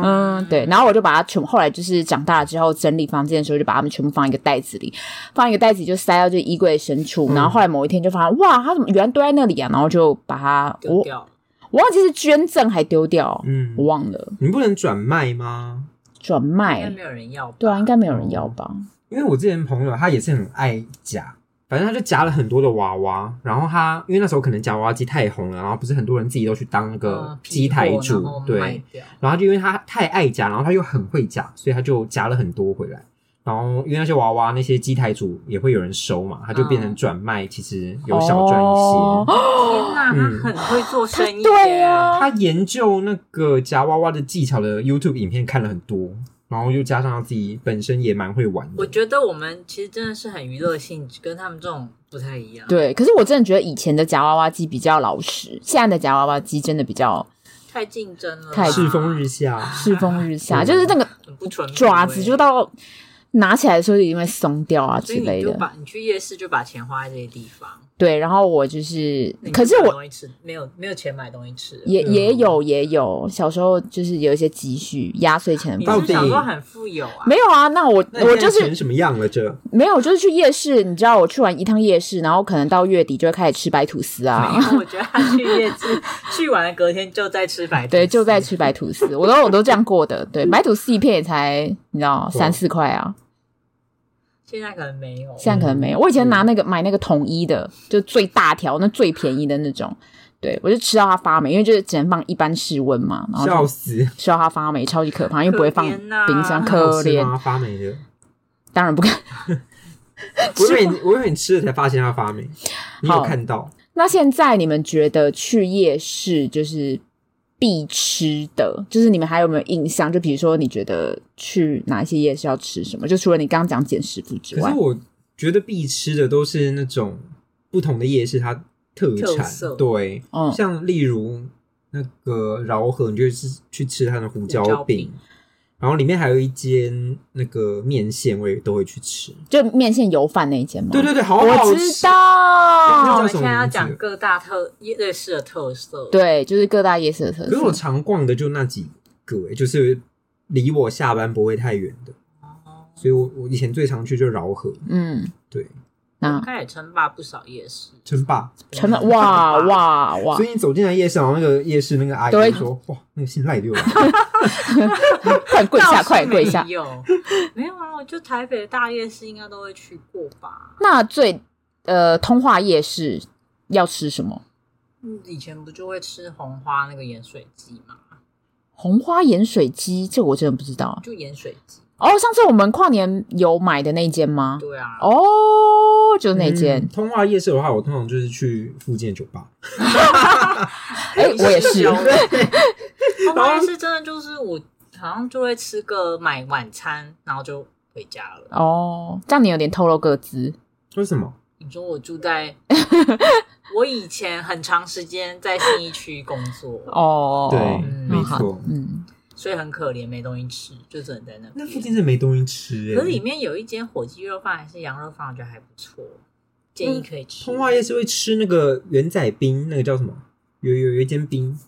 [SPEAKER 1] <laughs> 嗯，对。然后我就把它全后来就是长大了之后整理房间的时候，就把它们全部放一个袋子里，放一个袋子就塞到这衣柜的深
[SPEAKER 3] 嗯
[SPEAKER 1] 处。然后后来某一天就发现，哇，它怎么原来堆在那里啊？然后就把它
[SPEAKER 2] 丢
[SPEAKER 1] 我
[SPEAKER 2] 掉了。
[SPEAKER 1] 我忘记是捐赠还丢掉，
[SPEAKER 3] 嗯
[SPEAKER 1] 我，忘了
[SPEAKER 3] 你不能转卖吗？
[SPEAKER 1] 转
[SPEAKER 2] 应该
[SPEAKER 1] 卖
[SPEAKER 2] 没。有人要吧。
[SPEAKER 1] 对啊，应该没有人要吧？
[SPEAKER 3] 因为我之前朋友他也是很爱夹，反正他就夹了很多的娃娃，然后他因为那时候可能夹娃娃机太红了，然后不是很多人自己都去当那个
[SPEAKER 2] 嗯
[SPEAKER 3] 机台
[SPEAKER 2] 批货然
[SPEAKER 3] 主
[SPEAKER 2] 后，卖
[SPEAKER 3] 对，
[SPEAKER 2] 掉
[SPEAKER 3] 然后他就因为他太爱夹，然后他又很会夹，所以他就夹了很多回来。然后因为那些娃娃那些机台主也会有人收嘛，他就变成转卖，其实有小赚一些。
[SPEAKER 1] 啊哦 <laughs>
[SPEAKER 2] 天哪，
[SPEAKER 3] 嗯
[SPEAKER 2] 他很会做生意耶。
[SPEAKER 1] 对啊
[SPEAKER 3] 他研究那个夹娃娃的技巧的 YouTube 影片看了很多，然后又加上他自己本身也蛮会玩
[SPEAKER 2] 我
[SPEAKER 3] 的。
[SPEAKER 2] 觉得我们其实真的是很娱乐性质，跟他们这种不太一样。，
[SPEAKER 1] 对，可是我真的觉得以前的夹娃娃机比较老实，现在的夹娃娃机真的比较
[SPEAKER 2] 太竞争了啦，
[SPEAKER 1] 太
[SPEAKER 3] 世风日下，
[SPEAKER 1] 世风日下，
[SPEAKER 3] 嗯
[SPEAKER 1] 就是那个
[SPEAKER 2] 很不纯朴
[SPEAKER 1] 爪
[SPEAKER 2] 欸
[SPEAKER 1] 子就到拿起来的时候就已经会松掉啊之
[SPEAKER 2] 所以
[SPEAKER 1] 类
[SPEAKER 2] 你就
[SPEAKER 1] 的。
[SPEAKER 2] 把你去夜市就把钱花在这些地方。
[SPEAKER 1] 对，然后我就是
[SPEAKER 2] 你，
[SPEAKER 1] 可是
[SPEAKER 2] 买
[SPEAKER 1] 我
[SPEAKER 2] 东西吃没有没有钱买东西吃，
[SPEAKER 1] 也
[SPEAKER 3] 嗯
[SPEAKER 1] 也有也有，小时候就是有一些积蓄压岁钱的
[SPEAKER 2] 你
[SPEAKER 1] 部
[SPEAKER 2] 是不
[SPEAKER 1] 分。
[SPEAKER 2] 是小时候很富有啊，
[SPEAKER 1] 没有啊，那我
[SPEAKER 3] 那你
[SPEAKER 1] 我
[SPEAKER 3] 现在
[SPEAKER 1] 就是
[SPEAKER 3] 成什么样了？这
[SPEAKER 1] 没有，就是去夜市，你知道我去完一趟夜市，然后可能到月底就会开始吃白吐司
[SPEAKER 2] <laughs>
[SPEAKER 1] 啊，
[SPEAKER 2] 我觉得他去夜市 <laughs> 去完了，隔天就在吃白吐司
[SPEAKER 1] <laughs> 对，就在吃白吐司，我都我都这样过的，
[SPEAKER 3] 嗯
[SPEAKER 1] 对，白吐司一片也才你知道三四块啊，
[SPEAKER 2] 现在可能没有，
[SPEAKER 1] 现在可能没有。我以前
[SPEAKER 3] 嗯
[SPEAKER 1] 拿那个买那个统一的，就最大条、那最便宜的那种，对我就吃到它发霉，因为就是只能放一般室温嘛，然后
[SPEAKER 3] 笑
[SPEAKER 1] 就
[SPEAKER 3] 死，
[SPEAKER 1] 吃到它发霉，超级可怕，因为不会放
[SPEAKER 2] 可怜啊呐
[SPEAKER 1] 冰箱，
[SPEAKER 3] 好
[SPEAKER 1] 可
[SPEAKER 3] 吃
[SPEAKER 1] 怜，
[SPEAKER 3] 吗？发霉的，
[SPEAKER 1] 当然不敢。
[SPEAKER 3] 我以为你我以为你吃了才发现它发霉，你有
[SPEAKER 1] 好
[SPEAKER 3] 看到？
[SPEAKER 1] 那现在你们觉得去夜市就是必吃的，就是你们还有没有印象？就比如说，你觉得去哪一些夜市要吃什么？就除了你刚刚讲减食服之
[SPEAKER 3] 可
[SPEAKER 1] 外
[SPEAKER 3] 是，我觉得必吃的都是那种不同的夜市它特
[SPEAKER 2] 特
[SPEAKER 3] 产，
[SPEAKER 2] 色
[SPEAKER 3] 对，
[SPEAKER 1] 嗯，
[SPEAKER 3] 像例如那个饶河，你就是去吃它的胡椒
[SPEAKER 2] 胡椒
[SPEAKER 3] 饼
[SPEAKER 2] 饼，
[SPEAKER 3] 然后里面还有一间那个面线，我也都会去吃。
[SPEAKER 1] 就面线油饭那一间吗？
[SPEAKER 3] 对对对，好好
[SPEAKER 1] 嗯我
[SPEAKER 3] 吃。
[SPEAKER 1] 知道。
[SPEAKER 2] 那我
[SPEAKER 3] 叫
[SPEAKER 2] 们
[SPEAKER 3] 什
[SPEAKER 2] 现
[SPEAKER 3] 么
[SPEAKER 2] 在要
[SPEAKER 3] 名字
[SPEAKER 2] 讲各大特夜市的特色，，
[SPEAKER 1] 对，就是各大夜市的特
[SPEAKER 3] 可
[SPEAKER 1] 色
[SPEAKER 3] 是。我常逛的就那几个、欸，就是离我下班不会太远的，所以我我以前最常去就是饶河，
[SPEAKER 1] 嗯，
[SPEAKER 3] 对，
[SPEAKER 1] 那
[SPEAKER 2] 他也称霸不少夜市，
[SPEAKER 3] 称霸。
[SPEAKER 1] 成本哇哇哇
[SPEAKER 3] 所，以你走进来夜市，然后那个夜市那个阿姨
[SPEAKER 1] 都会
[SPEAKER 3] 就说：“哇，那个姓赖的又来了。”
[SPEAKER 1] 快跪
[SPEAKER 2] 倒
[SPEAKER 1] 下，
[SPEAKER 2] 是
[SPEAKER 1] 快跪下
[SPEAKER 2] 没！有没有啊？我就台北的大夜市应该都会去过吧？
[SPEAKER 1] 那最呃，通化夜市要吃什么？
[SPEAKER 2] 嗯以前不就会吃红花那个盐水鸡嘛？
[SPEAKER 1] 红花盐水鸡，这个我真的不知道。
[SPEAKER 2] 就盐水鸡，
[SPEAKER 1] 哦，上次我们跨年有买的那一间吗？
[SPEAKER 2] 对啊，
[SPEAKER 1] 哦，就是那
[SPEAKER 3] 嗯
[SPEAKER 1] 间。
[SPEAKER 3] 通化夜市的话，我通常就是去附近的酒吧，
[SPEAKER 1] 哎、我也是
[SPEAKER 2] 有。
[SPEAKER 1] <laughs>
[SPEAKER 2] 红花夜市真的就是我好像就会吃个买晚餐，然后就回家了。
[SPEAKER 1] 哦，这样你有点透露各自。
[SPEAKER 3] 为什么？
[SPEAKER 2] 你说我住
[SPEAKER 1] <laughs>
[SPEAKER 2] 在，我以前很长时间在信义区工作，
[SPEAKER 1] 哦，
[SPEAKER 3] 对，
[SPEAKER 2] 嗯
[SPEAKER 3] 没
[SPEAKER 1] 嗯好
[SPEAKER 3] 错。
[SPEAKER 1] 嗯，
[SPEAKER 2] 所以很可怜，没东西吃，就只能在那边。
[SPEAKER 3] 那附近是没东西吃、欸，
[SPEAKER 2] 可是里面有一间火鸡肉饭还是羊肉饭，我觉得还不错，建
[SPEAKER 3] 嗯
[SPEAKER 2] 议可以吃。
[SPEAKER 3] 通化夜市会吃那个圆仔冰，那个叫什么？有有有一间冰，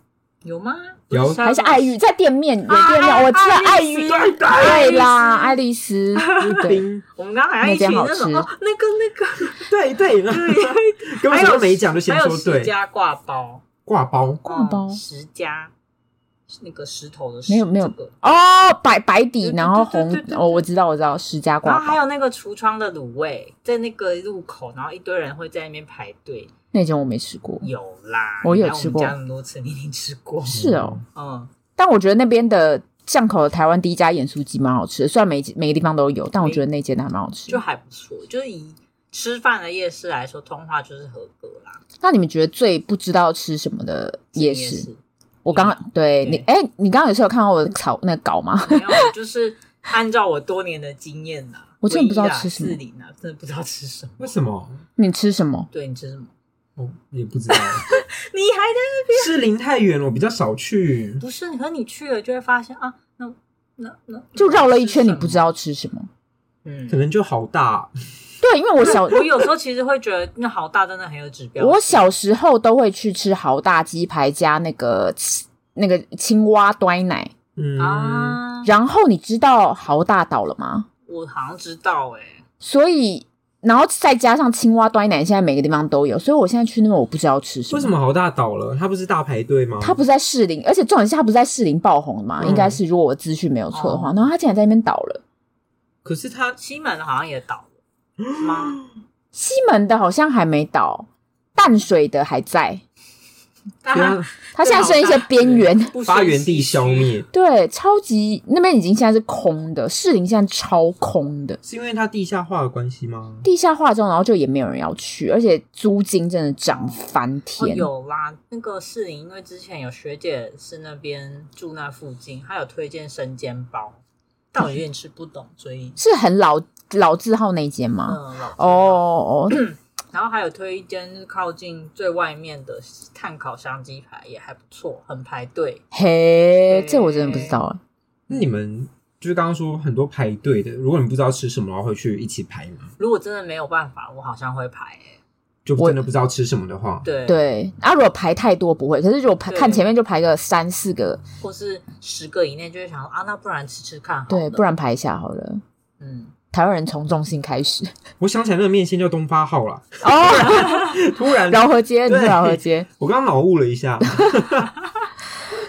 [SPEAKER 2] 有吗？
[SPEAKER 3] 有
[SPEAKER 2] 不
[SPEAKER 1] 还是爱玉在店面有店面，
[SPEAKER 2] 啊
[SPEAKER 1] 我知道
[SPEAKER 2] 爱
[SPEAKER 1] 爱
[SPEAKER 2] 丽
[SPEAKER 1] 玉，
[SPEAKER 2] 丝
[SPEAKER 1] 对啦，爱丽丝，
[SPEAKER 3] 就是
[SPEAKER 2] <laughs>
[SPEAKER 1] 对，
[SPEAKER 3] 冰，
[SPEAKER 2] 我们刚刚好像一起那种
[SPEAKER 1] 那间
[SPEAKER 2] 哦
[SPEAKER 1] 好，
[SPEAKER 2] 那个那个，
[SPEAKER 3] <laughs> 对对，然后
[SPEAKER 2] 对，
[SPEAKER 3] 根本什么都没讲就先
[SPEAKER 2] 还有
[SPEAKER 3] 说
[SPEAKER 2] 十
[SPEAKER 3] 对，
[SPEAKER 2] 家挂包，
[SPEAKER 3] 挂包
[SPEAKER 1] 挂包
[SPEAKER 2] 嗯十家，那个石头的石
[SPEAKER 1] 没有没有
[SPEAKER 2] 这个
[SPEAKER 1] 哦，白白底
[SPEAKER 2] 对，对
[SPEAKER 1] 然后
[SPEAKER 2] 对对
[SPEAKER 1] 红
[SPEAKER 2] 对对，对
[SPEAKER 1] 哦，我知道，我知道，十家
[SPEAKER 2] 然
[SPEAKER 1] 挂
[SPEAKER 2] 后还
[SPEAKER 1] 包
[SPEAKER 2] 有那个橱窗的卤味，在那个路口，然后一堆人会在那边排队。
[SPEAKER 1] 那间我没吃过，
[SPEAKER 2] 有啦，
[SPEAKER 1] 我有
[SPEAKER 2] 你来
[SPEAKER 1] 吃
[SPEAKER 2] 们
[SPEAKER 1] 过
[SPEAKER 2] 家那么多次，你一定吃过。
[SPEAKER 1] 是哦，
[SPEAKER 2] 嗯，
[SPEAKER 1] 但我觉得那边的巷口的台湾第一家盐酥鸡蛮好吃的，虽然每每个地方都有，但我觉得那间还蛮好吃
[SPEAKER 2] 就。还不错。就是以吃饭的夜市来说，通化就是合格啦。
[SPEAKER 1] 那你们觉得最不知道吃什么的夜市？我刚刚对你，哎、你刚刚也是有看到我的草那个稿吗？
[SPEAKER 2] 没有，我就是按照我多年的经验啦，
[SPEAKER 1] 我真的不知道吃什么
[SPEAKER 2] 四零啊，真的不知道吃什么。
[SPEAKER 3] 为什么？
[SPEAKER 1] <laughs> 你吃什么？
[SPEAKER 2] 对你吃什么？
[SPEAKER 3] 我也不知道，
[SPEAKER 2] 你还在
[SPEAKER 3] 士林太远了，我比较少去。
[SPEAKER 2] 不是？可你去了就会发现啊，那那那
[SPEAKER 1] 就绕了一圈，你不知
[SPEAKER 2] 道。
[SPEAKER 1] 道吃什么。
[SPEAKER 2] 嗯
[SPEAKER 3] 可，能就好大，
[SPEAKER 1] 对，因为我 <laughs> 小
[SPEAKER 2] 我有时候其实会觉得那好大真的很有指标性。
[SPEAKER 1] 我小时候都会去吃豪大鸡排加那个那个青蛙端奶。
[SPEAKER 3] 嗯，
[SPEAKER 2] 啊，
[SPEAKER 1] 然后你知道豪大倒了吗？
[SPEAKER 2] 我好像知道哎、
[SPEAKER 1] 所以，然后再加上青蛙端奶，现在每个地方都有，所以我现在去那边我不知道吃什么。
[SPEAKER 3] 为什？么好大倒了？它不是大排队吗？
[SPEAKER 1] 他不是在士林，而且重点是他不是在士林爆红的嘛？
[SPEAKER 3] 嗯
[SPEAKER 1] 应该是如果我资讯没有错的话，
[SPEAKER 2] 哦
[SPEAKER 1] 然后他竟然在那边倒了。
[SPEAKER 3] 可是它
[SPEAKER 2] 西门好像也倒了吗？
[SPEAKER 1] 西门的好像还没倒，淡水的还在，
[SPEAKER 2] 但
[SPEAKER 3] 它
[SPEAKER 2] 它
[SPEAKER 1] 它现在剩一些边缘。
[SPEAKER 2] 不
[SPEAKER 3] 发
[SPEAKER 2] 生
[SPEAKER 3] 源地
[SPEAKER 2] 唏嘘
[SPEAKER 3] 消，灭，
[SPEAKER 1] 对，超级那边已经现在是空的，士林现在超空的，
[SPEAKER 3] 是因为它地下化的关系吗？
[SPEAKER 1] 地下化之后，然后就也没有人要去，而且租金真的涨翻
[SPEAKER 2] 哦
[SPEAKER 1] 天。
[SPEAKER 2] 有啦，那个士林，因为之前有学姐是那边住那附近，她有推荐生煎包，但我有点吃不懂，所以
[SPEAKER 1] 是很老老字号那间吗？
[SPEAKER 2] 嗯，老
[SPEAKER 1] 哦哦，哦
[SPEAKER 2] 然后还有推一间靠近最外面的碳烤香鸡排，也还不错，很排队。
[SPEAKER 1] 嘿
[SPEAKER 2] 嘿，
[SPEAKER 1] 这我真的不知道啊。
[SPEAKER 3] 那你们就是刚刚说很多排队的，如果你不知道吃什么，然后会去一起排吗？
[SPEAKER 2] 如果真的没有办法，我好像会排、欸。
[SPEAKER 3] 就
[SPEAKER 1] 我
[SPEAKER 3] 真的不知道吃什么的话，
[SPEAKER 2] 对，
[SPEAKER 1] 对，啊，如果排太多不会，可是如果排
[SPEAKER 2] 对
[SPEAKER 1] 看前面就排个三四个，
[SPEAKER 2] 或是十个以内就会想说啊，那不然吃吃看好了。
[SPEAKER 1] 对，不然排一下好了。
[SPEAKER 2] 嗯，
[SPEAKER 1] 台湾人从重心
[SPEAKER 2] <laughs>
[SPEAKER 1] 开始
[SPEAKER 3] 我想起来那个面线叫东发号
[SPEAKER 1] <laughs>
[SPEAKER 3] 啦。
[SPEAKER 1] 哦，
[SPEAKER 3] 突然，
[SPEAKER 1] 饶河街，你是
[SPEAKER 3] 对
[SPEAKER 1] 饶河街。
[SPEAKER 3] 我刚刚脑悟了一下，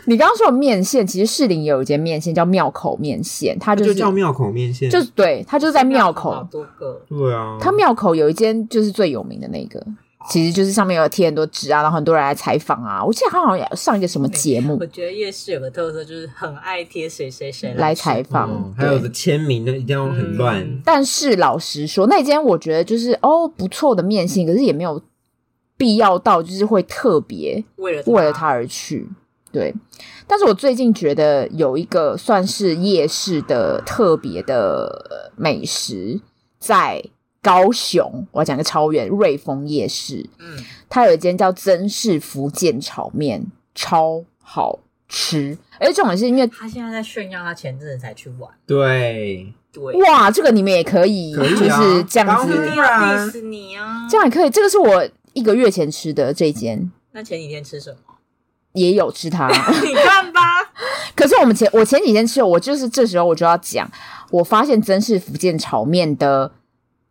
[SPEAKER 1] 你刚刚说的面线，其实士林也有一间面线叫庙口面线，它 <laughs>
[SPEAKER 3] 它
[SPEAKER 1] 就是
[SPEAKER 3] 啊就叫庙口面线。
[SPEAKER 1] 就是对，它就是在庙
[SPEAKER 2] 好
[SPEAKER 1] 口，
[SPEAKER 2] 多个，
[SPEAKER 3] 对啊，
[SPEAKER 1] 它庙口有一间就是最有名的那个，其实就是上面有贴很多纸啊，然后很多人来采访啊。我记得它好像有上一个什么节目
[SPEAKER 2] 我觉得夜市有个特色就是很爱贴谁谁谁
[SPEAKER 1] 来
[SPEAKER 2] 吃
[SPEAKER 1] 采访，
[SPEAKER 3] 嗯，还
[SPEAKER 1] 对。
[SPEAKER 3] 有的签名呢，一定要很乱。
[SPEAKER 2] 嗯
[SPEAKER 1] 但是老实说，那间我觉得就是哦不错的面线，可是也没有必要到就是会特别
[SPEAKER 2] 为了
[SPEAKER 1] 为了它而去。对，但是我最近觉得有一个算是夜市的特别的呃美食，在高雄，我要讲个超远，瑞丰夜市，
[SPEAKER 2] 嗯，
[SPEAKER 1] 它有一间叫曾氏福建炒面，超好吃。而且重点是因为
[SPEAKER 2] 他现在在炫耀他前阵子才去玩，
[SPEAKER 3] 对，
[SPEAKER 2] 对，
[SPEAKER 1] 哇，这个你们也可以，
[SPEAKER 3] 可以
[SPEAKER 1] 就
[SPEAKER 3] 啊
[SPEAKER 1] 是这样
[SPEAKER 3] 当
[SPEAKER 1] 子
[SPEAKER 2] 一
[SPEAKER 3] 然
[SPEAKER 2] 定要 diss 你啊！
[SPEAKER 1] 这样也可以。这个是我一个月前吃的这一间，
[SPEAKER 2] 那前几天吃
[SPEAKER 1] <laughs>
[SPEAKER 2] 什么？
[SPEAKER 1] 也有吃它。
[SPEAKER 2] 你看吧，
[SPEAKER 1] 可是我们前我前几天吃，我就是这时候我就要讲，我发现真是福建炒面的，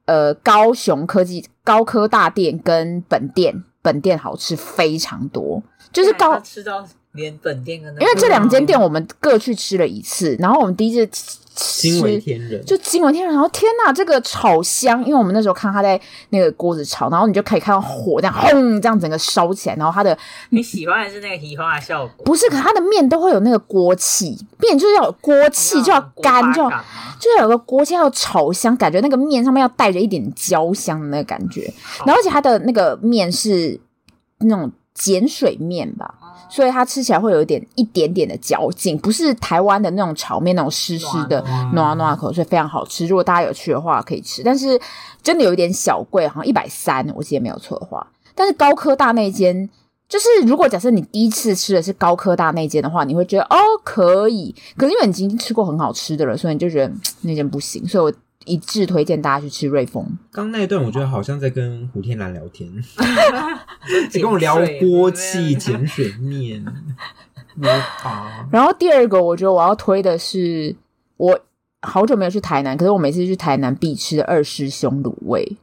[SPEAKER 1] 呃，高雄科技高科大店跟本店本店好吃非常多，就是
[SPEAKER 2] 看
[SPEAKER 1] 高
[SPEAKER 2] 他。吃到连本店跟那
[SPEAKER 1] 因为这两间店
[SPEAKER 2] 嗯
[SPEAKER 1] 我们各去吃了一次，然后我们第一次吃
[SPEAKER 3] 惊为天人。
[SPEAKER 1] 就惊为天人。然后天呐，这个炒香，因为我们那时候看它在那个锅子炒，然后你就可以看到火这样轰，这样整个烧起来，然后它的
[SPEAKER 2] 你喜欢的是那个提花的效果，
[SPEAKER 1] 不是，可它的面都会有那个锅气，面就是要有锅气，就要干，就要
[SPEAKER 2] 啊
[SPEAKER 1] 就要有个锅气，要有炒香，感觉那个面上面要带着一点焦香的那个感觉。然后而且它的那个面是那种碱水面吧，所以它吃起来会有一点一点点的嚼劲，不是台湾的那种炒面那种湿湿的
[SPEAKER 2] 啊
[SPEAKER 3] 暖
[SPEAKER 1] 暖暖口，所以非常好吃。如果大家有去的话可以吃，但是真的有一点小贵，好像一百三，我记得没有错的话。但是高科大那间，就是如果假设你第一次吃的是高科大那间的话，你会觉得哦可以，可是因为你已经吃过很好吃的了，所以你就觉得嗯那间不行，所以我一致推荐大家去吃瑞丰。
[SPEAKER 3] 刚那一段，我觉得好像在跟胡天蓝聊天，
[SPEAKER 1] <laughs>
[SPEAKER 3] 只
[SPEAKER 2] 只
[SPEAKER 3] 跟我聊锅气、碱水
[SPEAKER 1] <laughs>
[SPEAKER 3] 面、啊锅巴。
[SPEAKER 1] 然后第二个，我觉得我要推的是我好久没有去台南，可是我每次去台南必吃的二师兄卤味，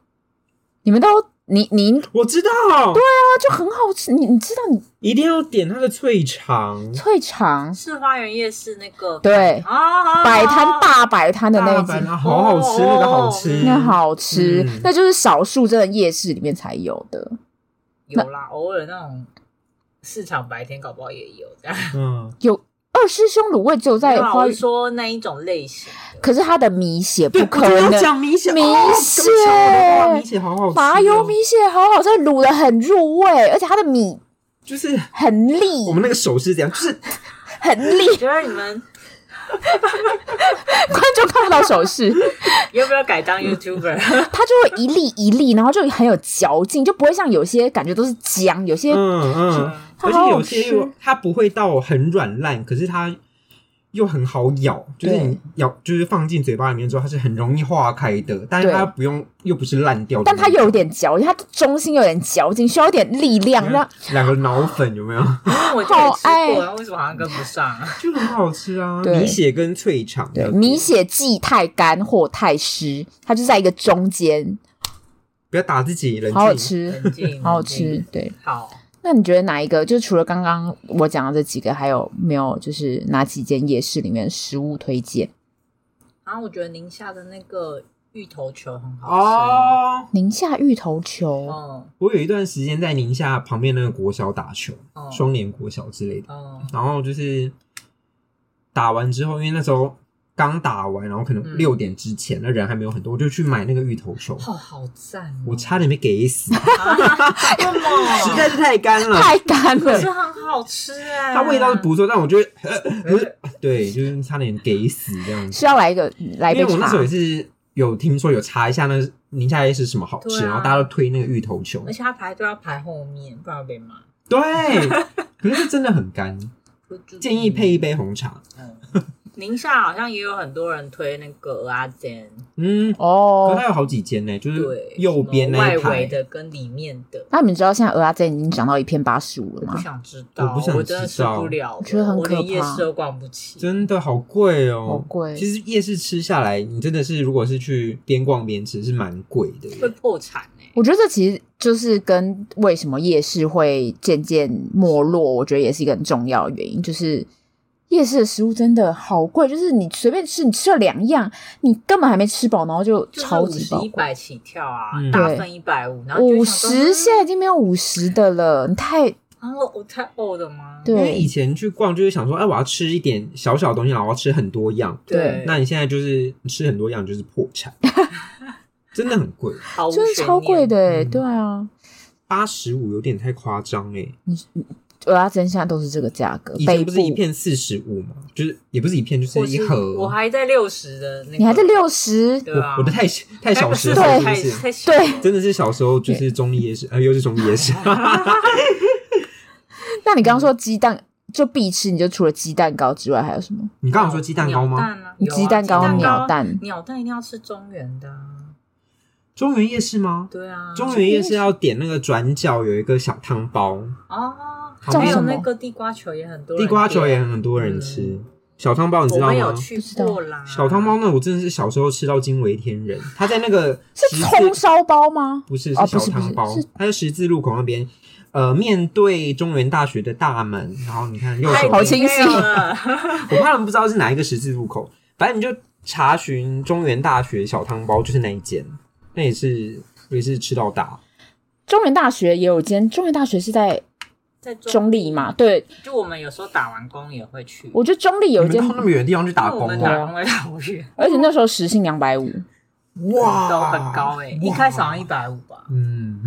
[SPEAKER 1] 你们都你你那
[SPEAKER 3] 我知道，对，
[SPEAKER 1] 就很好吃，你你知道你
[SPEAKER 3] 一定要点它的脆肠，
[SPEAKER 1] 脆肠
[SPEAKER 2] 是花园夜市那个
[SPEAKER 1] 对
[SPEAKER 2] 啊
[SPEAKER 1] 摆摊大摆摊的那一
[SPEAKER 3] 大阪
[SPEAKER 1] 间。
[SPEAKER 3] 啊好好吃，
[SPEAKER 2] 哦
[SPEAKER 3] 那个好吃，
[SPEAKER 1] 那好吃，
[SPEAKER 3] 嗯
[SPEAKER 1] 那就是少数真的夜市里面才有的。
[SPEAKER 2] 有啦，偶尔那种市场白天搞不好也有这样。
[SPEAKER 3] 嗯，
[SPEAKER 1] 有二师兄卤味只有在
[SPEAKER 2] 没有
[SPEAKER 3] 啊
[SPEAKER 2] 啦
[SPEAKER 1] 花
[SPEAKER 2] 我
[SPEAKER 1] 园
[SPEAKER 2] 是，说那一种类型的，
[SPEAKER 1] 可是它的米血不
[SPEAKER 3] 对，
[SPEAKER 1] 可
[SPEAKER 3] 我就要
[SPEAKER 1] 能，
[SPEAKER 3] 讲米血，
[SPEAKER 1] 米
[SPEAKER 3] 哦
[SPEAKER 1] 血
[SPEAKER 3] 刚巧我都忘了米血好好吃哦，
[SPEAKER 1] 麻油米血好好吃，卤的很入味，而且它的米
[SPEAKER 3] 就是
[SPEAKER 1] 很利，
[SPEAKER 3] 我们那个手是这样，就是
[SPEAKER 1] 很利。
[SPEAKER 2] 觉得你们
[SPEAKER 1] <laughs> 观众看不到手
[SPEAKER 3] <laughs>
[SPEAKER 1] 势，
[SPEAKER 2] 要不要改当 YouTuber？ <laughs>
[SPEAKER 1] 它就会一粒一粒，然后就很有嚼劲，就不会像有些感觉都是浆，有些、
[SPEAKER 3] 嗯 <laughs> 嗯，
[SPEAKER 1] 它好
[SPEAKER 3] 而且
[SPEAKER 1] 好
[SPEAKER 3] 有些又
[SPEAKER 1] 吃
[SPEAKER 3] 它不会到很软烂，可是它又很好咬，就是你咬就是放进嘴巴里面之后，它是很容易化开的，但是
[SPEAKER 1] 对
[SPEAKER 3] 它不用又不是烂掉的
[SPEAKER 1] 但
[SPEAKER 3] 那种，
[SPEAKER 1] 它又有点嚼劲，它中心有点嚼劲，需要一点力量让。
[SPEAKER 3] 两个脑粉有没有？
[SPEAKER 2] 我就有吃
[SPEAKER 1] 好爱
[SPEAKER 2] 过，然后为什么好像跟不上啊？
[SPEAKER 1] <laughs>
[SPEAKER 3] 就很好吃啊，
[SPEAKER 1] 对
[SPEAKER 3] 米血跟脆肠
[SPEAKER 1] 对，
[SPEAKER 3] 的
[SPEAKER 1] 米血既太干或太湿，它就在一个中间，
[SPEAKER 3] 不要打自己，冷
[SPEAKER 1] 好好
[SPEAKER 3] 静。
[SPEAKER 1] 吃，
[SPEAKER 2] 冷
[SPEAKER 3] 嗯
[SPEAKER 2] 静
[SPEAKER 1] 好好。
[SPEAKER 2] 冷
[SPEAKER 1] 吃
[SPEAKER 2] 静。
[SPEAKER 1] 对，
[SPEAKER 2] 好，
[SPEAKER 1] 那你觉得哪一个？就除了刚刚我讲的这几个，还有没有就是哪几间夜市里面的食物推荐？
[SPEAKER 2] 然后我觉得宁夏的那个芋头球很好吃。
[SPEAKER 3] 哦，
[SPEAKER 1] 宁夏芋头球，
[SPEAKER 2] 哦
[SPEAKER 3] 我有一段时间在宁夏旁边那个国小打球，
[SPEAKER 2] 哦
[SPEAKER 3] 双联国小之类的，
[SPEAKER 2] 哦，
[SPEAKER 3] 然后就是打完之后，因为那时候刚打完，然后可能
[SPEAKER 2] 嗯
[SPEAKER 3] 六点之前那人还没有很多，我就去买那个芋头球，
[SPEAKER 2] 好好赞哦！
[SPEAKER 3] 我差点被给死，
[SPEAKER 2] 这
[SPEAKER 3] 实
[SPEAKER 2] 么，
[SPEAKER 3] 在是太干了。
[SPEAKER 1] 太干
[SPEAKER 2] 可
[SPEAKER 1] 了
[SPEAKER 2] 是。很好吃嗯哎，
[SPEAKER 3] <laughs> 它味道是不错，但我觉得，不是 <laughs> 对，就是差点给死这样子
[SPEAKER 1] 是。要来一个来一
[SPEAKER 3] 因
[SPEAKER 1] 杯
[SPEAKER 3] 为我那
[SPEAKER 1] 茶
[SPEAKER 3] 时候也是有听说有查一下那个宁夏夜市什么好
[SPEAKER 2] 对
[SPEAKER 3] 吃，
[SPEAKER 2] 啊
[SPEAKER 3] 然后大家都推那个芋头球
[SPEAKER 2] 而，且它排队要排后面，不然被骂。
[SPEAKER 3] 对，可是真的很干，建议配一杯红茶。
[SPEAKER 2] 嗯。宁夏好像也有很多人推那个蚵仔煎，
[SPEAKER 3] 嗯，可
[SPEAKER 1] 哦
[SPEAKER 3] 它。有好几间呢，就是
[SPEAKER 2] 对，
[SPEAKER 3] 嗯右边
[SPEAKER 2] 什么
[SPEAKER 3] 那
[SPEAKER 2] 外
[SPEAKER 3] 一
[SPEAKER 2] 围
[SPEAKER 3] 排，
[SPEAKER 2] 的跟里面的，
[SPEAKER 1] 那你们知道现在鹅鸭煎已经涨到一片八十五了
[SPEAKER 2] 不
[SPEAKER 1] 吗？
[SPEAKER 2] 想知道，
[SPEAKER 3] 我不想
[SPEAKER 2] 真的
[SPEAKER 3] 知
[SPEAKER 2] 吃
[SPEAKER 3] 道
[SPEAKER 2] 不了了，
[SPEAKER 1] 觉得很
[SPEAKER 2] 我连
[SPEAKER 1] 可怕
[SPEAKER 2] 夜市都逛不起。
[SPEAKER 3] 真的好贵哦，
[SPEAKER 1] 好贵
[SPEAKER 3] 其实夜市吃下来，你真的是如果是去边逛边吃，是蛮贵的。
[SPEAKER 2] 会破产哎、
[SPEAKER 1] 我觉得这其实就是跟为什么夜市会渐渐没落，我觉得也是一个很重要的原因，就是夜市的食物真的好贵，就是你随便吃，你吃了两样，你根本还没吃饱，然后就超
[SPEAKER 2] 五
[SPEAKER 1] 级
[SPEAKER 2] 十
[SPEAKER 1] 饱
[SPEAKER 2] 一。百起跳啊，
[SPEAKER 3] 嗯
[SPEAKER 2] 大
[SPEAKER 1] 对
[SPEAKER 2] 份一百五，然后
[SPEAKER 1] 五
[SPEAKER 2] 就想说嗯
[SPEAKER 1] 十现在已经没有五十的了，你太
[SPEAKER 2] 然后啊我太呕了吗？
[SPEAKER 3] 因为以
[SPEAKER 1] 对
[SPEAKER 3] 前去逛就是想说，哎，我要吃一点小小的东西，然后我要吃很多样。
[SPEAKER 1] 对
[SPEAKER 3] 那你现在就是吃很多样，就是破
[SPEAKER 2] <laughs>
[SPEAKER 3] 产，真的很贵。
[SPEAKER 2] 毫无
[SPEAKER 1] 就是
[SPEAKER 2] 悬
[SPEAKER 1] 超贵
[SPEAKER 2] 念
[SPEAKER 1] 的、欸，
[SPEAKER 3] 嗯
[SPEAKER 1] 对啊，
[SPEAKER 3] 八十五有点太夸张哎，
[SPEAKER 1] 鹅鸭煎现在都是这个价格，
[SPEAKER 3] 以
[SPEAKER 1] 北
[SPEAKER 3] 前
[SPEAKER 1] 部
[SPEAKER 3] 不是一片四十五吗？就是也不是一片，就是
[SPEAKER 2] 我
[SPEAKER 3] 一
[SPEAKER 2] 是
[SPEAKER 3] 盒。
[SPEAKER 2] 我还在六十的那个，
[SPEAKER 1] 你还在六十，
[SPEAKER 2] 对啊
[SPEAKER 3] 我，我的太太小时候
[SPEAKER 2] 哎
[SPEAKER 3] 是
[SPEAKER 2] 不
[SPEAKER 3] 不
[SPEAKER 2] 是
[SPEAKER 3] 是？
[SPEAKER 2] 太太小
[SPEAKER 1] 对，
[SPEAKER 3] 真的是小时候就是中立夜市，呃，又是中立
[SPEAKER 1] <laughs>
[SPEAKER 3] 夜市，
[SPEAKER 1] 那你
[SPEAKER 2] 嗯
[SPEAKER 1] 刚刚说鸡蛋就必吃，你就除了鸡蛋糕之外还有什么？
[SPEAKER 3] 你刚刚说鸡蛋糕
[SPEAKER 2] 鸟
[SPEAKER 3] 吗？
[SPEAKER 2] 蛋啊
[SPEAKER 1] 你
[SPEAKER 2] 有啊
[SPEAKER 1] 鸡蛋糕
[SPEAKER 2] 鸡蛋
[SPEAKER 1] 鸟蛋
[SPEAKER 2] 鸟蛋一定要吃中原的、啊，
[SPEAKER 3] 中原夜市吗？
[SPEAKER 2] 对啊，
[SPEAKER 3] 中原夜市要点那个转角有一个小汤包，
[SPEAKER 2] 哦，
[SPEAKER 3] 好
[SPEAKER 1] 叫
[SPEAKER 2] 还
[SPEAKER 1] 什
[SPEAKER 2] 有
[SPEAKER 1] 么
[SPEAKER 2] 那个地瓜球也很多人
[SPEAKER 3] 地
[SPEAKER 2] 点，
[SPEAKER 3] 瓜球也很多人吃。
[SPEAKER 1] 嗯
[SPEAKER 3] 小汤包你知
[SPEAKER 2] 我
[SPEAKER 3] 道
[SPEAKER 2] 们有
[SPEAKER 3] 吗？
[SPEAKER 2] 去
[SPEAKER 1] 知道
[SPEAKER 2] 过啦，
[SPEAKER 3] 小汤包呢，我真的是小时候吃到惊为天人。它在那个
[SPEAKER 1] 是
[SPEAKER 3] 十字
[SPEAKER 1] 葱烧包吗？
[SPEAKER 3] 不是
[SPEAKER 1] 哦不
[SPEAKER 3] 是小
[SPEAKER 1] 是不是
[SPEAKER 3] 汤包
[SPEAKER 1] 是，
[SPEAKER 3] 它在十字路口那边，呃，面对中原大学的大门，然后你看右
[SPEAKER 2] 太
[SPEAKER 3] 手
[SPEAKER 1] 好
[SPEAKER 3] 边
[SPEAKER 1] 清
[SPEAKER 2] 清
[SPEAKER 1] 晰
[SPEAKER 2] 晰了， <laughs>
[SPEAKER 3] 我怕他们不知道是哪一个十字路口，反正你就查询中原大学小汤包，就是那一间，那也是我也是吃到大。
[SPEAKER 1] 中原大学也有一间，中原大学是在
[SPEAKER 2] 在中
[SPEAKER 1] 中立嘛？对，
[SPEAKER 2] 就我们有时候打完工也会去，
[SPEAKER 1] 我觉得中立有一
[SPEAKER 3] 你
[SPEAKER 1] 间
[SPEAKER 3] 们，到那么远的地方去打
[SPEAKER 2] 因为我
[SPEAKER 3] 工
[SPEAKER 2] 们
[SPEAKER 1] 对
[SPEAKER 2] 打
[SPEAKER 1] 啊
[SPEAKER 2] 工会好远，
[SPEAKER 1] 而且那时候时薪两百五，
[SPEAKER 3] 哇，
[SPEAKER 2] 都很高哎、一开始好像一，百五吧，
[SPEAKER 3] 嗯，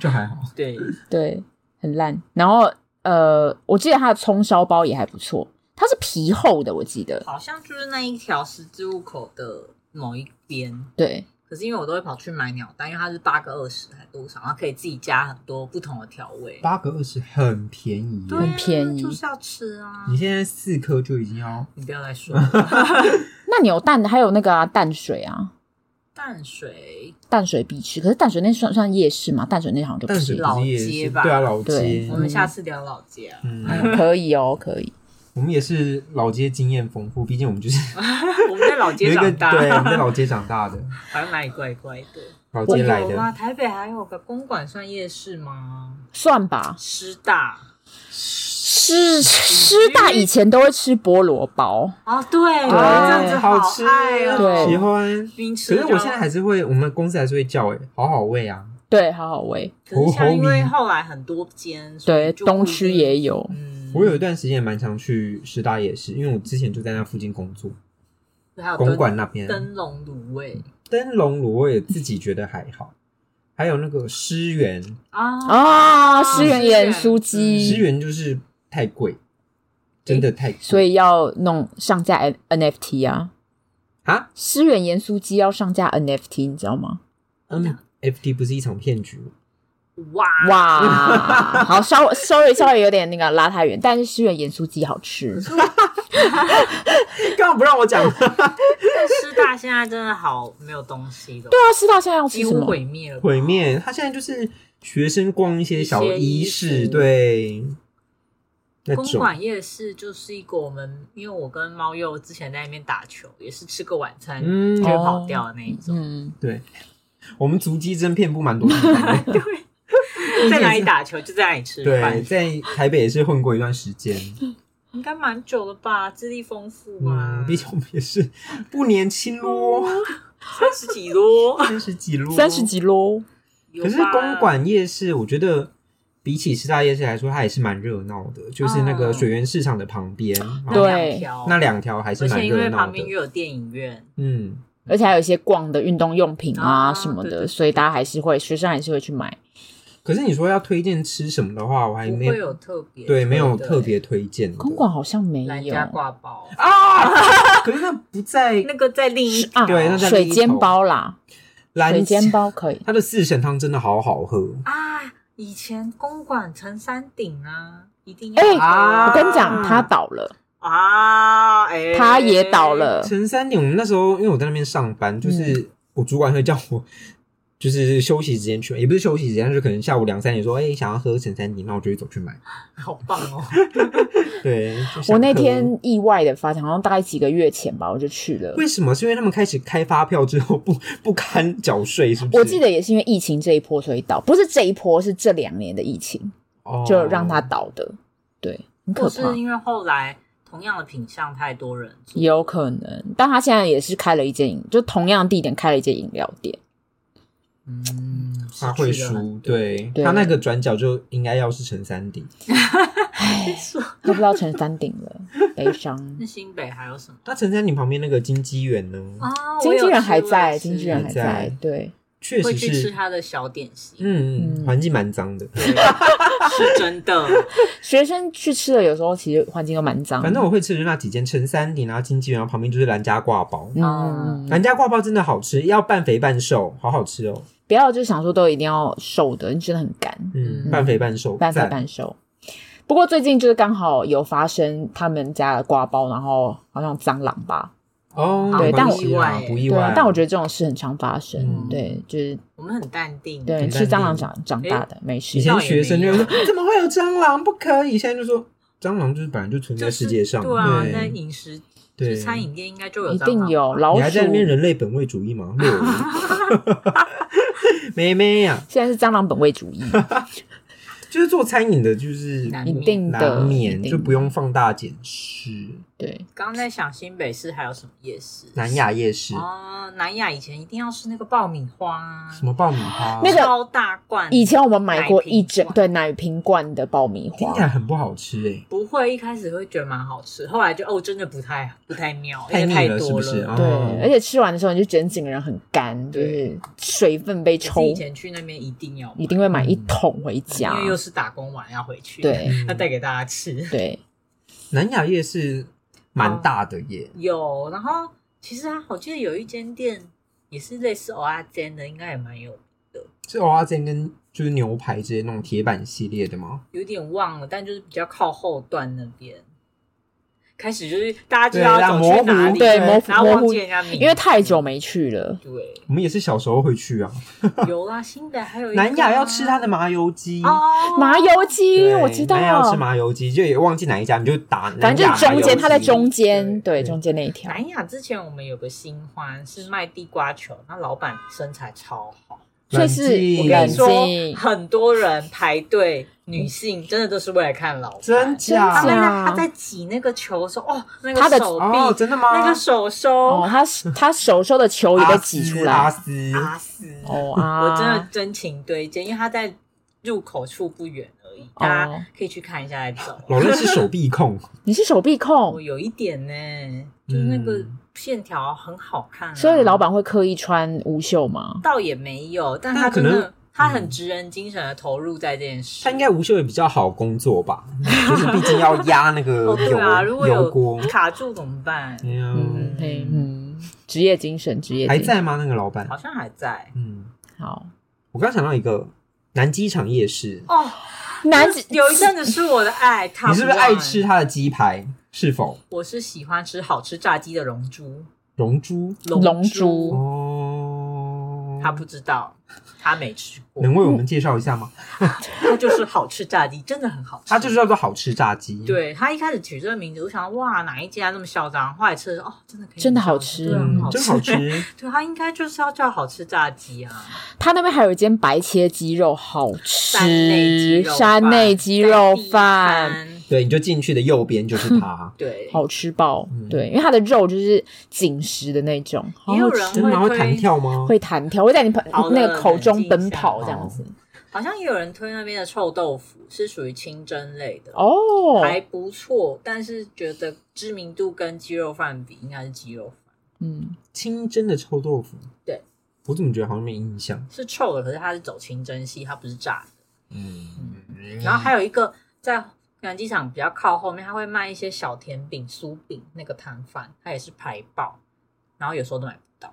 [SPEAKER 3] 就还好。
[SPEAKER 2] 对，
[SPEAKER 1] 对，很烂。然后呃，我记得它的葱烧包也还不错，它是皮厚的，我记得。
[SPEAKER 2] 好像就是那一条十字路口的某一边。
[SPEAKER 1] 对，
[SPEAKER 2] 可是因为我都会跑去买鸟蛋，因为它是八个二十还多少，然后可以自己加很多不同的调味，
[SPEAKER 3] 八个二十很便宜耶，
[SPEAKER 2] 对啊
[SPEAKER 1] 很便宜
[SPEAKER 2] 就是要吃啊！
[SPEAKER 3] 你现在四颗就已经要
[SPEAKER 2] 你不要再说了
[SPEAKER 1] 那你有蛋，还有那个、啊、淡水啊，
[SPEAKER 2] 淡水，
[SPEAKER 1] 淡水必吃。可是淡水那算算夜市嘛？淡水那好像就不
[SPEAKER 3] 淡水
[SPEAKER 1] 是
[SPEAKER 3] 不
[SPEAKER 1] 了。
[SPEAKER 3] 是夜
[SPEAKER 2] 老街
[SPEAKER 3] 市，
[SPEAKER 2] 吧
[SPEAKER 3] 对啊，老
[SPEAKER 1] 对
[SPEAKER 3] 街
[SPEAKER 2] 我。们下次聊老街
[SPEAKER 3] <laughs>
[SPEAKER 2] 啊。
[SPEAKER 3] 嗯，
[SPEAKER 1] 嗯 <laughs> 可以哦，可以。
[SPEAKER 3] 我们也是老街经验丰富，毕竟我们就是
[SPEAKER 2] 我们在老
[SPEAKER 3] <laughs> 有
[SPEAKER 2] 街
[SPEAKER 3] 一个
[SPEAKER 2] 长大，
[SPEAKER 3] 对，我们在老街长大的，
[SPEAKER 2] 好像哪里怪怪的。
[SPEAKER 3] 老
[SPEAKER 2] 我
[SPEAKER 3] 街来
[SPEAKER 2] 有
[SPEAKER 3] 的。
[SPEAKER 2] 啊，台北还有个公馆算夜市吗？
[SPEAKER 1] 算吧，
[SPEAKER 2] 师大
[SPEAKER 1] 师师大以前都会吃菠萝包，
[SPEAKER 2] 哦，对，
[SPEAKER 1] 对
[SPEAKER 2] 这样子
[SPEAKER 3] 好
[SPEAKER 2] 好
[SPEAKER 3] 吃
[SPEAKER 2] 爱哦，
[SPEAKER 1] 对
[SPEAKER 3] 喜欢。
[SPEAKER 2] 冰吃
[SPEAKER 3] 可
[SPEAKER 2] 就。
[SPEAKER 3] 是我现在还是会，我们公司还是会叫哎、好好味啊。
[SPEAKER 1] 对，好好味。
[SPEAKER 2] 可是像因为
[SPEAKER 3] 猴猴迷
[SPEAKER 2] 后来很多间，所以
[SPEAKER 1] 对，
[SPEAKER 2] 就固定
[SPEAKER 1] 东区也有。
[SPEAKER 2] 嗯，
[SPEAKER 3] 我有一段时间也蛮常去师大夜市，因为我之前就在那附近工作，
[SPEAKER 2] 还有
[SPEAKER 3] 公
[SPEAKER 2] 灯
[SPEAKER 3] 馆那边
[SPEAKER 2] 灯笼卤味，
[SPEAKER 3] 灯笼卤我也自己觉得还好。还有那个诗园，
[SPEAKER 2] 啊，
[SPEAKER 1] 哦，诗
[SPEAKER 2] 诗
[SPEAKER 1] 源演
[SPEAKER 2] 源
[SPEAKER 1] 酥
[SPEAKER 3] 诗
[SPEAKER 1] 鸡，
[SPEAKER 3] 园就是太贵，真的太贵，
[SPEAKER 1] 所以要弄上架 N NFT 啊。
[SPEAKER 3] 啊
[SPEAKER 1] 诗源盐酥鸡要上架 NFT，你知道吗？
[SPEAKER 3] 嗯，FT 不是一场骗局吗？
[SPEAKER 2] 哇哇！
[SPEAKER 1] 哇，好，稍 sorry 稍微有点那个拉太远，但是诗源盐酥鸡好吃。
[SPEAKER 3] 干嘛不让我讲？
[SPEAKER 2] 但师大现在真的好没有东西了，
[SPEAKER 1] 对啊，师大现在要吃
[SPEAKER 2] 几
[SPEAKER 1] 什
[SPEAKER 2] 乎
[SPEAKER 1] 么？
[SPEAKER 2] 毁灭了，
[SPEAKER 3] 毁。灭，他现在就是学生逛一些小
[SPEAKER 2] 一
[SPEAKER 3] 仪
[SPEAKER 2] 些仪
[SPEAKER 3] 式，
[SPEAKER 2] 式
[SPEAKER 3] 对，那
[SPEAKER 2] 公
[SPEAKER 3] 种
[SPEAKER 2] 馆夜市就是一个我们，因为我跟猫鼬之前在那边打球，也是吃个晚餐
[SPEAKER 3] 嗯
[SPEAKER 2] 就会跑
[SPEAKER 1] 哦
[SPEAKER 2] 掉的那一种。
[SPEAKER 1] 嗯，
[SPEAKER 3] 对，我们足迹真骗不蛮多地方的
[SPEAKER 2] 在哪里打球就在哪里吃
[SPEAKER 3] 对，
[SPEAKER 2] 饭，
[SPEAKER 3] 在台北也是混过一段
[SPEAKER 2] <laughs>
[SPEAKER 3] 时间，
[SPEAKER 2] 应该蛮久了吧？资历丰富啊嘛
[SPEAKER 3] 嗯，，毕竟我们也是不年轻
[SPEAKER 2] <laughs>
[SPEAKER 3] 喽，
[SPEAKER 2] 三十几咯，
[SPEAKER 3] 三十几喽，
[SPEAKER 1] 三十。几喽。
[SPEAKER 2] 有
[SPEAKER 3] 可是
[SPEAKER 2] 吧
[SPEAKER 3] 公馆夜市，我觉得比起师大夜市来说，它也是蛮热闹的，就是那个
[SPEAKER 2] 嗯
[SPEAKER 3] 水源市场的旁边，
[SPEAKER 2] 那
[SPEAKER 1] 对
[SPEAKER 2] 两条
[SPEAKER 3] 那两条还是
[SPEAKER 2] 而
[SPEAKER 3] 蛮
[SPEAKER 2] 且因为
[SPEAKER 3] 热闹
[SPEAKER 2] 旁边
[SPEAKER 3] 的。
[SPEAKER 2] 又有电影院，
[SPEAKER 3] 嗯，
[SPEAKER 1] 而且还有一些逛的运动用品啊
[SPEAKER 2] 啊
[SPEAKER 1] 什么
[SPEAKER 2] 对
[SPEAKER 1] 的，
[SPEAKER 2] 对
[SPEAKER 1] 所以大家还是会学生还是会去买。
[SPEAKER 3] 可是你说要推荐吃什么的话，我还
[SPEAKER 2] 不
[SPEAKER 3] 没
[SPEAKER 2] 会有特别
[SPEAKER 3] 对，没
[SPEAKER 2] 推
[SPEAKER 3] 有
[SPEAKER 2] 的欸
[SPEAKER 3] 特别推荐的。
[SPEAKER 1] 公馆好像没
[SPEAKER 2] 兰
[SPEAKER 1] 有
[SPEAKER 2] 家挂包，
[SPEAKER 3] 啊， <laughs> 可是那不在
[SPEAKER 2] 那个在另一
[SPEAKER 1] 啊，
[SPEAKER 3] 对那在
[SPEAKER 1] 水
[SPEAKER 3] 另一
[SPEAKER 1] 煎
[SPEAKER 3] 头
[SPEAKER 1] 包啦，水
[SPEAKER 3] 蓝
[SPEAKER 1] 煎包可以。
[SPEAKER 3] 它的四神汤真的好好喝。
[SPEAKER 2] 啊，以前公馆城山顶啊，一定
[SPEAKER 1] 哎
[SPEAKER 2] 要
[SPEAKER 3] 啊
[SPEAKER 1] 我跟你讲，
[SPEAKER 3] 啊
[SPEAKER 1] 它倒了，
[SPEAKER 2] 啊，哎，
[SPEAKER 1] 它也倒，了。
[SPEAKER 3] 陈三点，我们那时候因为我在那边上班，
[SPEAKER 1] 嗯
[SPEAKER 3] 就是我主管会叫我。就是休息时间去，也不是休息时间，就是可能下午两三点说，哎、想要喝陈三鼎，那我就会走去买。
[SPEAKER 2] 好棒 <laughs> 哦！
[SPEAKER 3] 对，就想喝
[SPEAKER 1] 我那天意外的发现，好像大概几个月前吧，我就去了。
[SPEAKER 3] 为什么？是因为他们开始开发票之后 <laughs> 不不堪缴税，是不是？
[SPEAKER 1] 我记得也是因为疫情这一波所以倒，不是这一波，是这两年的疫情
[SPEAKER 3] 哦
[SPEAKER 1] 就让它倒的，对，很可
[SPEAKER 2] 可
[SPEAKER 1] 怕
[SPEAKER 2] 是，因为后来同样的品相太多人做，
[SPEAKER 1] 也有可能。但他现在也是开了一间饮，就同样地点开了一间饮料店，
[SPEAKER 2] 嗯，
[SPEAKER 3] 他会
[SPEAKER 2] 失去了
[SPEAKER 3] 输
[SPEAKER 2] 很，多，
[SPEAKER 3] 对
[SPEAKER 1] 对
[SPEAKER 3] 他那个转角就应该要是陈三鼎，
[SPEAKER 1] 都不知道成山顶了，悲
[SPEAKER 3] <laughs>
[SPEAKER 1] 伤
[SPEAKER 3] 嗯
[SPEAKER 2] 那。新北还有什么
[SPEAKER 3] 那陈三鼎旁边那个金鸡园呢？
[SPEAKER 2] 啊？
[SPEAKER 1] 经纪人还在，经
[SPEAKER 2] 经
[SPEAKER 1] 纪人
[SPEAKER 3] 还
[SPEAKER 1] 还
[SPEAKER 3] 在
[SPEAKER 1] 在，对，
[SPEAKER 3] 确
[SPEAKER 2] 会
[SPEAKER 3] 实
[SPEAKER 2] 去吃
[SPEAKER 3] 是，
[SPEAKER 2] 他的小点心，
[SPEAKER 3] 嗯，
[SPEAKER 1] 嗯
[SPEAKER 3] 环境蛮脏的。
[SPEAKER 2] 对是真的。
[SPEAKER 1] 学生去吃了，有时候其实环境都蛮脏。
[SPEAKER 3] 反正我会吃的就那几间，陈三鼎，然后金鸡园，然后旁边就是兰家挂包。
[SPEAKER 1] 嗯，
[SPEAKER 2] 嗯
[SPEAKER 1] 嗯，嗯
[SPEAKER 3] 兰家挂包真的好吃，要半肥半瘦，好好吃哦。
[SPEAKER 1] 不要就想说都一定要瘦的，你真的很干，
[SPEAKER 3] 嗯，
[SPEAKER 2] 嗯
[SPEAKER 3] 半肥半瘦，
[SPEAKER 1] 半肥
[SPEAKER 3] 赞
[SPEAKER 1] 半瘦。不过最近就是刚好有发生他们家的挂包，然后好像蟑螂吧，
[SPEAKER 3] 哦，
[SPEAKER 1] 对
[SPEAKER 3] 没关
[SPEAKER 1] 但我
[SPEAKER 3] 系啦
[SPEAKER 2] 意外
[SPEAKER 3] 不意
[SPEAKER 1] 对
[SPEAKER 3] 外，，
[SPEAKER 1] 但我觉得这种事很常发生。
[SPEAKER 3] 嗯
[SPEAKER 1] 对，就是
[SPEAKER 2] <laughs> 我们很淡定，
[SPEAKER 1] 对
[SPEAKER 3] 很
[SPEAKER 1] 吃
[SPEAKER 3] 淡
[SPEAKER 1] 蟑螂
[SPEAKER 3] 定
[SPEAKER 1] 长长大的，没事
[SPEAKER 3] 以。前学生就会
[SPEAKER 2] 倒也
[SPEAKER 3] 说怎么会有蟑螂，不可以，现在就说蟑螂就是本来就存在世界上，
[SPEAKER 2] 对啊，那
[SPEAKER 3] 对
[SPEAKER 2] 饮食就
[SPEAKER 3] 对，
[SPEAKER 2] 餐饮店应该就有
[SPEAKER 1] 一
[SPEAKER 2] 蟑
[SPEAKER 1] 定
[SPEAKER 2] 螂
[SPEAKER 1] 有
[SPEAKER 2] 吧
[SPEAKER 1] 老
[SPEAKER 3] 你
[SPEAKER 1] 鼠
[SPEAKER 3] 还，在那边人类本位主
[SPEAKER 1] <laughs>
[SPEAKER 3] 义吗？六， <laughs> 妹妹呀，
[SPEAKER 1] 现在是蟑螂本位主
[SPEAKER 3] <laughs>
[SPEAKER 1] 义，
[SPEAKER 3] 就是做餐饮的，就是
[SPEAKER 2] 难
[SPEAKER 1] 一
[SPEAKER 2] 免
[SPEAKER 1] 定的
[SPEAKER 3] 难，
[SPEAKER 1] 一
[SPEAKER 3] 免
[SPEAKER 1] 定
[SPEAKER 3] 就不用放大检视。
[SPEAKER 1] 对
[SPEAKER 2] 刚刚在想新北市还有什么夜市？
[SPEAKER 3] 南亚夜市
[SPEAKER 2] 哦，南亚以前一定要吃那个爆米花啊，
[SPEAKER 3] 什么爆米花，
[SPEAKER 1] 那个
[SPEAKER 2] 超大罐。
[SPEAKER 1] 以前我们买过
[SPEAKER 2] 奶瓶
[SPEAKER 1] 一整
[SPEAKER 2] 罐
[SPEAKER 1] 对奶瓶罐的爆米
[SPEAKER 3] 听
[SPEAKER 1] 花
[SPEAKER 3] <laughs> 起，来很不好吃哎。
[SPEAKER 2] 不会，一开始会觉得蛮好吃，后来就哦，真的不太不太妙，
[SPEAKER 3] 太
[SPEAKER 2] 因为
[SPEAKER 3] 腻了
[SPEAKER 2] 多
[SPEAKER 3] 是不是啊
[SPEAKER 1] 对
[SPEAKER 3] 哦，
[SPEAKER 1] 而且吃完的时候你就整整个人很干，就是水分被
[SPEAKER 2] 我
[SPEAKER 1] 抽
[SPEAKER 2] 是，以前去那边一定要买
[SPEAKER 1] 一定会买一桶回家
[SPEAKER 2] 因。为又是打工完要回去，，
[SPEAKER 1] 对
[SPEAKER 3] 嗯
[SPEAKER 2] 要带给大家吃。
[SPEAKER 1] 对，
[SPEAKER 3] 南雅夜市蛮大的耶，
[SPEAKER 2] 有，然后其实啊，我记得有一间店也是类似蚵仔煎的，应该也蛮有，
[SPEAKER 3] 是蚵仔煎跟就是牛排之类那种铁板系列的吗？
[SPEAKER 2] 有点忘了，但就是比较靠后段那边。开始就是大家知
[SPEAKER 3] 对
[SPEAKER 2] 道
[SPEAKER 3] 让
[SPEAKER 2] 要走
[SPEAKER 3] 模
[SPEAKER 2] 去
[SPEAKER 3] 糊
[SPEAKER 2] 哪里，
[SPEAKER 1] 对啊模糊
[SPEAKER 2] 然后忘
[SPEAKER 1] 模糊
[SPEAKER 2] 记人家名字，
[SPEAKER 1] 因为太久没去了，
[SPEAKER 2] 对，
[SPEAKER 3] 我们也是小时候会去啊。
[SPEAKER 2] 有啦，新北还有一个啊
[SPEAKER 3] 南雅要吃它的麻油鸡，
[SPEAKER 2] 哦，
[SPEAKER 1] 麻油鸡
[SPEAKER 3] 对
[SPEAKER 1] 我知道
[SPEAKER 3] 南，雅要吃麻油鸡，就也忘记哪一家，你就打南雅麻
[SPEAKER 1] 反正就是
[SPEAKER 3] 油鸡。
[SPEAKER 1] 中间，它在中间，
[SPEAKER 3] 对
[SPEAKER 1] 对，中间那一条。
[SPEAKER 2] 南雅之前我们有个新欢是卖地瓜球，那老板身材超好，
[SPEAKER 1] 所以是
[SPEAKER 3] 冷
[SPEAKER 2] 我
[SPEAKER 3] 静
[SPEAKER 2] 跟你
[SPEAKER 1] 冷
[SPEAKER 2] 说
[SPEAKER 1] 静，
[SPEAKER 2] 很多人排队，女性真的都是为了看老板。
[SPEAKER 3] 真
[SPEAKER 1] 假
[SPEAKER 2] 他
[SPEAKER 3] 假
[SPEAKER 2] 在
[SPEAKER 1] 真
[SPEAKER 2] 他在挤那个球的时候，哦，那
[SPEAKER 1] 啊他的
[SPEAKER 2] 个手臂，
[SPEAKER 3] 哦，真的吗？
[SPEAKER 2] 那个手收、
[SPEAKER 1] 哦，他
[SPEAKER 3] <laughs>
[SPEAKER 1] 他手手的球也被挤出
[SPEAKER 3] 阿
[SPEAKER 1] 来。
[SPEAKER 3] 斯，
[SPEAKER 2] 打死、
[SPEAKER 1] 哦啊！
[SPEAKER 2] 我真的真情堆积，因为他在入口处不远而
[SPEAKER 1] 哦
[SPEAKER 2] 已，大家可以去看一下再走。
[SPEAKER 3] 老任是手臂控，
[SPEAKER 1] 你是手臂
[SPEAKER 2] 我
[SPEAKER 1] 控，
[SPEAKER 2] 有一点呢、就是那个线条很好看啊、
[SPEAKER 1] 所以老板会刻意穿无袖吗？
[SPEAKER 2] 倒也没有，但
[SPEAKER 3] 但
[SPEAKER 2] 他
[SPEAKER 3] 可
[SPEAKER 2] 真的
[SPEAKER 3] 能
[SPEAKER 2] 他很职人精神的投入在这件事。哦
[SPEAKER 3] <laughs> 他应该无袖也比较好工作吧， <laughs> 就是毕竟要压那个油、
[SPEAKER 2] 哦，对啊，如果
[SPEAKER 3] 油锅
[SPEAKER 2] 有。卡住怎么办？
[SPEAKER 3] 哎呀
[SPEAKER 1] 嗯，对，嗯，职业精神，职业精
[SPEAKER 3] 还
[SPEAKER 1] 神
[SPEAKER 3] 在吗？那个老板
[SPEAKER 2] 好？像还在
[SPEAKER 3] 嗯，
[SPEAKER 1] 好。
[SPEAKER 3] 我刚想到一个南机场夜市，
[SPEAKER 2] 哦，
[SPEAKER 1] 男
[SPEAKER 2] 这有一阵子是我的爱，他
[SPEAKER 3] 你是不是爱吃？他的鸡排？是否
[SPEAKER 2] 我是喜欢吃好吃炸鸡的龙珠，
[SPEAKER 3] 龙珠？
[SPEAKER 1] 龙珠
[SPEAKER 3] 哦，
[SPEAKER 2] 他不知道，他没吃过，
[SPEAKER 3] 能为我们介绍一下吗？
[SPEAKER 2] 他就是好吃炸鸡，真的很好吃。
[SPEAKER 3] 它就是叫做好吃炸鸡。，
[SPEAKER 2] 对他一开始取这个名字，我想哇哪一家那么嚣张，后来吃的时候哦，真的可以，
[SPEAKER 1] 真的好吃
[SPEAKER 2] 对啊很
[SPEAKER 3] 嗯
[SPEAKER 2] 好，
[SPEAKER 3] 真
[SPEAKER 2] 吃，
[SPEAKER 3] 好吃。
[SPEAKER 2] <laughs> 对他应该就是要叫好吃炸鸡啊，
[SPEAKER 1] 他那边还有一间白切鸡肉，好
[SPEAKER 2] 山内鸡
[SPEAKER 1] 吃
[SPEAKER 2] 肉饭
[SPEAKER 1] 山内鸡
[SPEAKER 2] 在
[SPEAKER 1] 肉饭，
[SPEAKER 2] 第一餐，。
[SPEAKER 3] 对，你就进去的右边就是它
[SPEAKER 2] <laughs> 对，
[SPEAKER 1] 好吃爆。
[SPEAKER 3] 嗯
[SPEAKER 1] 对，因为它的肉就是紧实的那种，好
[SPEAKER 2] 也有
[SPEAKER 1] 好
[SPEAKER 2] 人
[SPEAKER 1] 吃，
[SPEAKER 3] 真的吗
[SPEAKER 2] 会
[SPEAKER 3] 会
[SPEAKER 2] 推
[SPEAKER 3] 弹跳吗？
[SPEAKER 1] 会弹跳，会在你盆
[SPEAKER 2] 好的
[SPEAKER 1] 那个口中奔跑
[SPEAKER 2] 冷
[SPEAKER 1] 这
[SPEAKER 3] 哦
[SPEAKER 1] 样子。
[SPEAKER 2] 好像也有人推那边的臭豆腐，是属于清蒸类的，
[SPEAKER 1] 哦，
[SPEAKER 2] 还不错，但是觉得知名度跟鸡肉饭比，应该是鸡肉饭
[SPEAKER 1] 嗯，
[SPEAKER 3] 清蒸的臭豆腐。
[SPEAKER 2] 对，
[SPEAKER 3] 我怎么觉得好像没印象？
[SPEAKER 2] 是臭的，可是它是走清蒸系，它不是炸的。
[SPEAKER 3] 嗯，
[SPEAKER 2] 然后还有一个在南机场比较靠后面，它会卖一些小甜饼、酥饼那个摊贩，它也是排爆，然后有时候都买不到。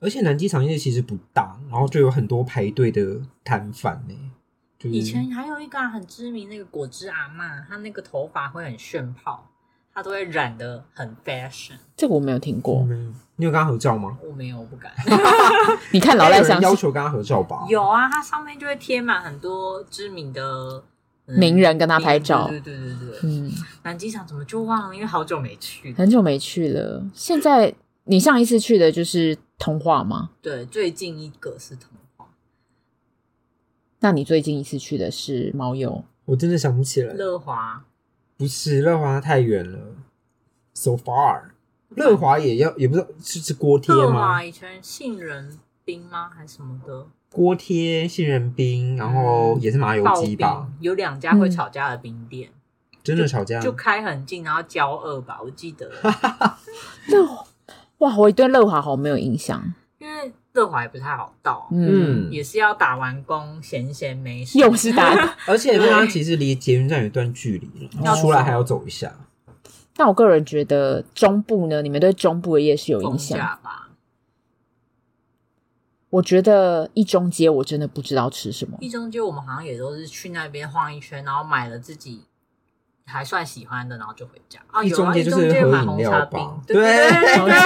[SPEAKER 3] 而且南机场夜其实不大，然后就有很多排队的摊贩呢。
[SPEAKER 1] 嗯
[SPEAKER 3] 就是
[SPEAKER 2] 以前还有一个啊很知名那个果汁阿嬷，她那个头发会很炫泡，她都会染的很 fashion。
[SPEAKER 1] 这个我没有听
[SPEAKER 3] 我
[SPEAKER 1] 过。
[SPEAKER 3] 们，你有跟他合照吗？
[SPEAKER 2] 我没有，我不
[SPEAKER 1] <laughs>
[SPEAKER 2] 敢。
[SPEAKER 1] 你看老
[SPEAKER 3] 应该
[SPEAKER 1] 赖
[SPEAKER 3] 有人
[SPEAKER 1] 相
[SPEAKER 3] 要
[SPEAKER 1] 信
[SPEAKER 3] 求跟他合照吧？
[SPEAKER 2] 有啊，它上面就会贴满很多知名的、嗯
[SPEAKER 1] 名人跟他拍照
[SPEAKER 2] 对对对对对，
[SPEAKER 1] 嗯，
[SPEAKER 2] 南机场怎么就忘了？因为好久没去了。
[SPEAKER 1] 很久没去了。现在你上一次去的就是通化吗？
[SPEAKER 2] 对，最近一个是童话
[SPEAKER 1] 那你最近一次去的是猫友？
[SPEAKER 3] 我真的想不起来。
[SPEAKER 2] 乐华，
[SPEAKER 3] 不是乐华太远了，so far。乐华也要也不是是是锅贴
[SPEAKER 2] 乐
[SPEAKER 3] 吗
[SPEAKER 2] 华？以前杏仁冰吗？还是什么的
[SPEAKER 3] 锅贴、杏仁冰，然后也是麻
[SPEAKER 2] 嗯
[SPEAKER 3] 油
[SPEAKER 2] 刨
[SPEAKER 3] 鸡吧嗯
[SPEAKER 2] 冰？，有两家会吵架的冰店，
[SPEAKER 3] 真的吵架？
[SPEAKER 2] 就开很近，然后交恶吧，我记得，
[SPEAKER 1] 乐哇，我对乐华好没有印象。
[SPEAKER 2] 因为乐华也不太好到，
[SPEAKER 1] 嗯，
[SPEAKER 3] 嗯，
[SPEAKER 2] 也是要打完工闲闲没事，
[SPEAKER 1] 又是打。
[SPEAKER 2] <laughs>
[SPEAKER 3] 而且它其实离捷运站有一段距离，
[SPEAKER 1] 要
[SPEAKER 3] 出来还要走一下。
[SPEAKER 1] 但我个人觉得中部呢，你们对中部的夜市有
[SPEAKER 2] 放
[SPEAKER 1] 影响？
[SPEAKER 2] 假吧。
[SPEAKER 1] 我觉得一中街我真的不知道吃什么。
[SPEAKER 2] 一中街我们好像也都是去那边晃一圈，然后买了自己还算喜欢的，然后就回家。啊，
[SPEAKER 3] 一中街
[SPEAKER 2] 有啊
[SPEAKER 3] 就是
[SPEAKER 2] 一中街买
[SPEAKER 3] 喝饮
[SPEAKER 2] 红
[SPEAKER 3] 料
[SPEAKER 2] 茶
[SPEAKER 3] 吧
[SPEAKER 2] 冰，对对对对对。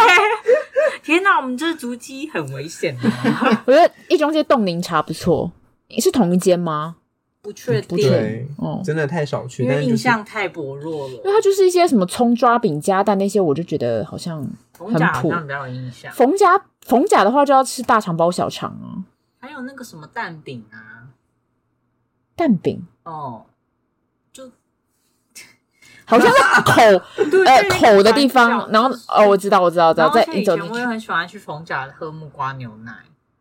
[SPEAKER 2] 天哪，我们这足迹很危险啊的，
[SPEAKER 1] 我觉得一中街冻柠茶不错，是同一间吗？
[SPEAKER 2] 不确
[SPEAKER 1] 嗯不
[SPEAKER 2] 定，
[SPEAKER 3] 对，
[SPEAKER 1] 哦，
[SPEAKER 3] 真的太少去，
[SPEAKER 2] 因
[SPEAKER 3] 但
[SPEAKER 2] 为
[SPEAKER 3] 是就
[SPEAKER 2] 印
[SPEAKER 3] 是
[SPEAKER 2] 象太薄弱
[SPEAKER 1] 因
[SPEAKER 2] 了。
[SPEAKER 1] 为它就是一些什么葱抓饼加蛋那些，我就觉得好像
[SPEAKER 2] 红甲好
[SPEAKER 1] 很普
[SPEAKER 2] 像比较有印象，
[SPEAKER 1] 逢甲逢甲的话就要吃大肠包小肠啊，
[SPEAKER 2] 还有那个什么蛋饼啊，
[SPEAKER 1] 蛋饼
[SPEAKER 2] 哦，
[SPEAKER 1] 好像是
[SPEAKER 2] <laughs>
[SPEAKER 1] 口
[SPEAKER 2] 对
[SPEAKER 1] 呃口的地方，然后哦，我
[SPEAKER 2] 知
[SPEAKER 1] 知道我知道我知
[SPEAKER 2] 然
[SPEAKER 1] 道，
[SPEAKER 2] 后
[SPEAKER 1] 在
[SPEAKER 2] 像
[SPEAKER 1] 一
[SPEAKER 2] 以
[SPEAKER 1] 走
[SPEAKER 2] 前
[SPEAKER 1] 进
[SPEAKER 2] 我
[SPEAKER 1] 去
[SPEAKER 2] 也很喜欢去逢甲喝木瓜牛奶，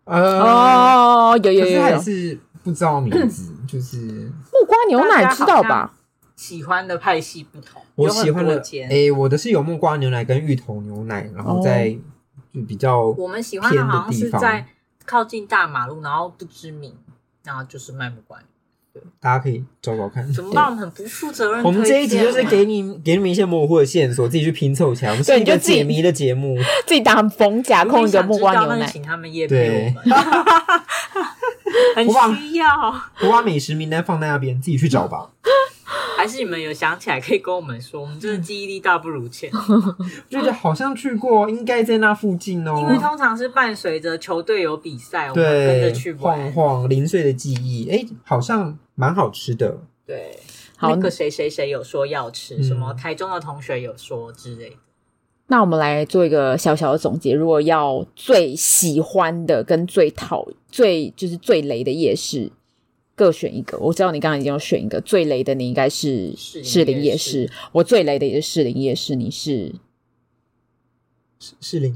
[SPEAKER 3] 呃，
[SPEAKER 1] 哦，有有
[SPEAKER 3] 可是
[SPEAKER 1] 有
[SPEAKER 3] 还
[SPEAKER 1] 有
[SPEAKER 3] 是不知道名字，就是
[SPEAKER 1] 木瓜牛奶知道
[SPEAKER 2] 大家好
[SPEAKER 1] 吧？
[SPEAKER 2] 喜欢的派系不同，
[SPEAKER 3] 我
[SPEAKER 2] 有很
[SPEAKER 3] 喜欢
[SPEAKER 2] 多
[SPEAKER 3] 的
[SPEAKER 2] 间哦
[SPEAKER 3] 诶，我的是有木瓜牛奶跟芋头牛奶，然后再就比较
[SPEAKER 2] 我们喜欢的好像是在靠近大马路，然后不知名，然后就是卖不完，
[SPEAKER 3] 大家可以找找
[SPEAKER 1] 嗯
[SPEAKER 3] 看。
[SPEAKER 2] 怎么办？我们很不负责任。
[SPEAKER 3] <laughs> 我们这一集
[SPEAKER 2] 啊
[SPEAKER 3] 就是，给你给你们一些模糊的线索，自己去拼凑起来。我们是一
[SPEAKER 1] 对
[SPEAKER 3] 个
[SPEAKER 1] 你就自己
[SPEAKER 3] 解谜的节 <laughs> 目，
[SPEAKER 1] 自己打逢甲
[SPEAKER 2] 如果
[SPEAKER 1] 控
[SPEAKER 2] 你
[SPEAKER 1] 一个
[SPEAKER 2] 想知
[SPEAKER 1] 木
[SPEAKER 2] 道
[SPEAKER 1] 瓜牛
[SPEAKER 2] 那就
[SPEAKER 1] 奶，
[SPEAKER 2] 请他们夜
[SPEAKER 3] 对
[SPEAKER 2] 配我们， <laughs> 很需要。
[SPEAKER 3] 我把美食名单放在那边，自己去找吧。
[SPEAKER 2] 还是你们有想起来可以跟我们说，我们真的记忆力大不如前，
[SPEAKER 3] 就觉得好像去过，应该在那附近
[SPEAKER 2] <laughs> 因为
[SPEAKER 3] 哦。
[SPEAKER 2] 通常是伴随着球队有比赛，我们跟着
[SPEAKER 3] 对
[SPEAKER 2] 去，
[SPEAKER 3] 晃
[SPEAKER 2] 玩。
[SPEAKER 3] 晃零碎的记忆，哎，好像蛮好吃的。
[SPEAKER 2] 对，
[SPEAKER 1] 好
[SPEAKER 2] 那个谁谁谁有说要吃，
[SPEAKER 3] 嗯
[SPEAKER 2] 什么台中的同学有说之类的。
[SPEAKER 1] 那我们来做一个小小的总结，如果要最喜欢的跟最讨最就是最雷的夜市，各选一个。我知道你刚刚已经有选一个最雷的，你应该是
[SPEAKER 2] 士林
[SPEAKER 1] 士林
[SPEAKER 2] 夜
[SPEAKER 1] 夜
[SPEAKER 2] 市
[SPEAKER 1] 市。我最雷的也是士林夜市，你是
[SPEAKER 3] 是是林，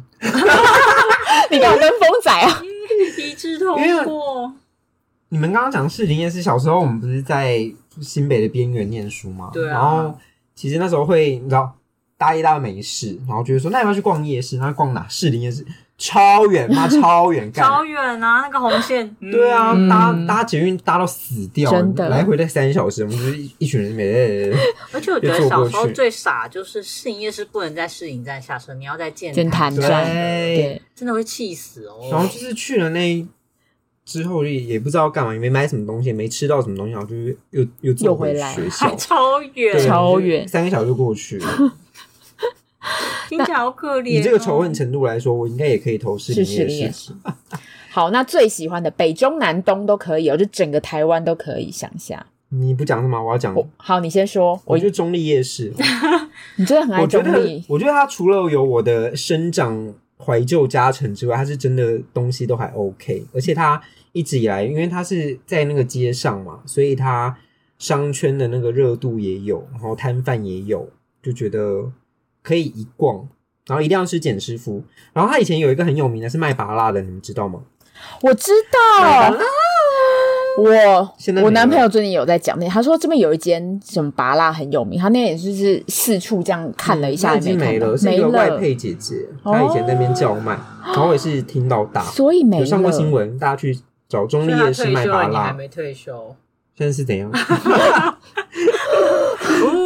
[SPEAKER 1] 你刚好跟风仔啊？
[SPEAKER 2] <laughs> 一致通
[SPEAKER 3] 因为
[SPEAKER 2] 过，
[SPEAKER 3] 你们刚刚讲士林夜市，小时候我们不是在新北的边缘念书吗？
[SPEAKER 2] 对啊
[SPEAKER 3] 然后其实那时候会，你知道，大一、大二没事，然后就会说，那要不要去逛夜市？那逛哪？士林夜市。超远，
[SPEAKER 2] <laughs>
[SPEAKER 3] 妈超远，干
[SPEAKER 2] 超远啊，那个红线。嗯
[SPEAKER 3] 对啊，
[SPEAKER 1] 嗯
[SPEAKER 3] 搭搭捷运搭到死掉，
[SPEAKER 1] 真的
[SPEAKER 3] 来回在三小时，我们就是一一群人哎每
[SPEAKER 1] <laughs>
[SPEAKER 2] 而且我觉
[SPEAKER 3] 越
[SPEAKER 2] 得
[SPEAKER 3] 坐
[SPEAKER 2] 小
[SPEAKER 3] 过
[SPEAKER 2] 时候
[SPEAKER 3] 去
[SPEAKER 2] 最傻就是试营业是不能在试营站下车，你要在建
[SPEAKER 1] 建潭
[SPEAKER 2] 站，
[SPEAKER 1] 站
[SPEAKER 3] 对
[SPEAKER 1] 对，
[SPEAKER 2] 真的会气死哦。
[SPEAKER 3] 然后就是去了那一之后也也不知道干嘛，也没买什么东西，也没吃到什么东西，然后就是又又坐
[SPEAKER 1] 又回来
[SPEAKER 3] 学
[SPEAKER 2] 还
[SPEAKER 3] 校，
[SPEAKER 2] 超远，
[SPEAKER 1] <laughs>
[SPEAKER 3] 对
[SPEAKER 1] 超远
[SPEAKER 3] 就是三个小时就过去了。
[SPEAKER 2] 听起来好可怜、哦。
[SPEAKER 3] 以这个仇恨程度来说，我应该也可以投市
[SPEAKER 1] 是
[SPEAKER 3] 里面
[SPEAKER 1] 士
[SPEAKER 3] 的
[SPEAKER 1] 林夜
[SPEAKER 3] 事
[SPEAKER 1] 市。好，那最喜欢的北中南东都可以哦，就整个台湾都可以想下。
[SPEAKER 3] 你不讲什么，我要讲。
[SPEAKER 1] 我好，你先说，
[SPEAKER 3] 我
[SPEAKER 1] 我
[SPEAKER 3] 觉得中立
[SPEAKER 1] <laughs>
[SPEAKER 3] 夜市，
[SPEAKER 1] 你真的很爱
[SPEAKER 3] 我觉
[SPEAKER 1] 中
[SPEAKER 3] 得
[SPEAKER 1] 立，
[SPEAKER 3] 我觉得它除了有我的生长怀旧加成之外，它是真的东西都还 OK，而且它一直以来，因为它是在那个街上嘛，所以它商圈的那个热度也有，然后摊贩也有，就觉得可以一逛。然后一定要吃简师傅，然后他以前有一个很有名的是卖拔辣的，你们知道吗？
[SPEAKER 1] 我知道。我
[SPEAKER 3] 现在
[SPEAKER 1] 我
[SPEAKER 3] 没
[SPEAKER 1] 男
[SPEAKER 3] 了
[SPEAKER 1] 朋友最近有在讲那，他说这边有一间什么拔辣很有名，他那天也就是四处这样看了一下，
[SPEAKER 3] 已经没
[SPEAKER 1] 没看到
[SPEAKER 3] 了，是一
[SPEAKER 1] 没
[SPEAKER 3] 个外
[SPEAKER 1] 了，哦
[SPEAKER 3] 配姐姐，她以前在那边叫卖，然后我也是听到大，
[SPEAKER 1] 所以没
[SPEAKER 3] 有
[SPEAKER 1] 了。
[SPEAKER 3] 上过新闻，大家去找中
[SPEAKER 2] 所
[SPEAKER 3] 立
[SPEAKER 2] 以
[SPEAKER 3] 夜
[SPEAKER 2] 他
[SPEAKER 3] 市
[SPEAKER 2] 退
[SPEAKER 3] 卖
[SPEAKER 2] 休
[SPEAKER 3] 拔
[SPEAKER 2] 了，你
[SPEAKER 3] 辣
[SPEAKER 2] 还，没退休，
[SPEAKER 3] 现在
[SPEAKER 1] <laughs>
[SPEAKER 3] 是怎样？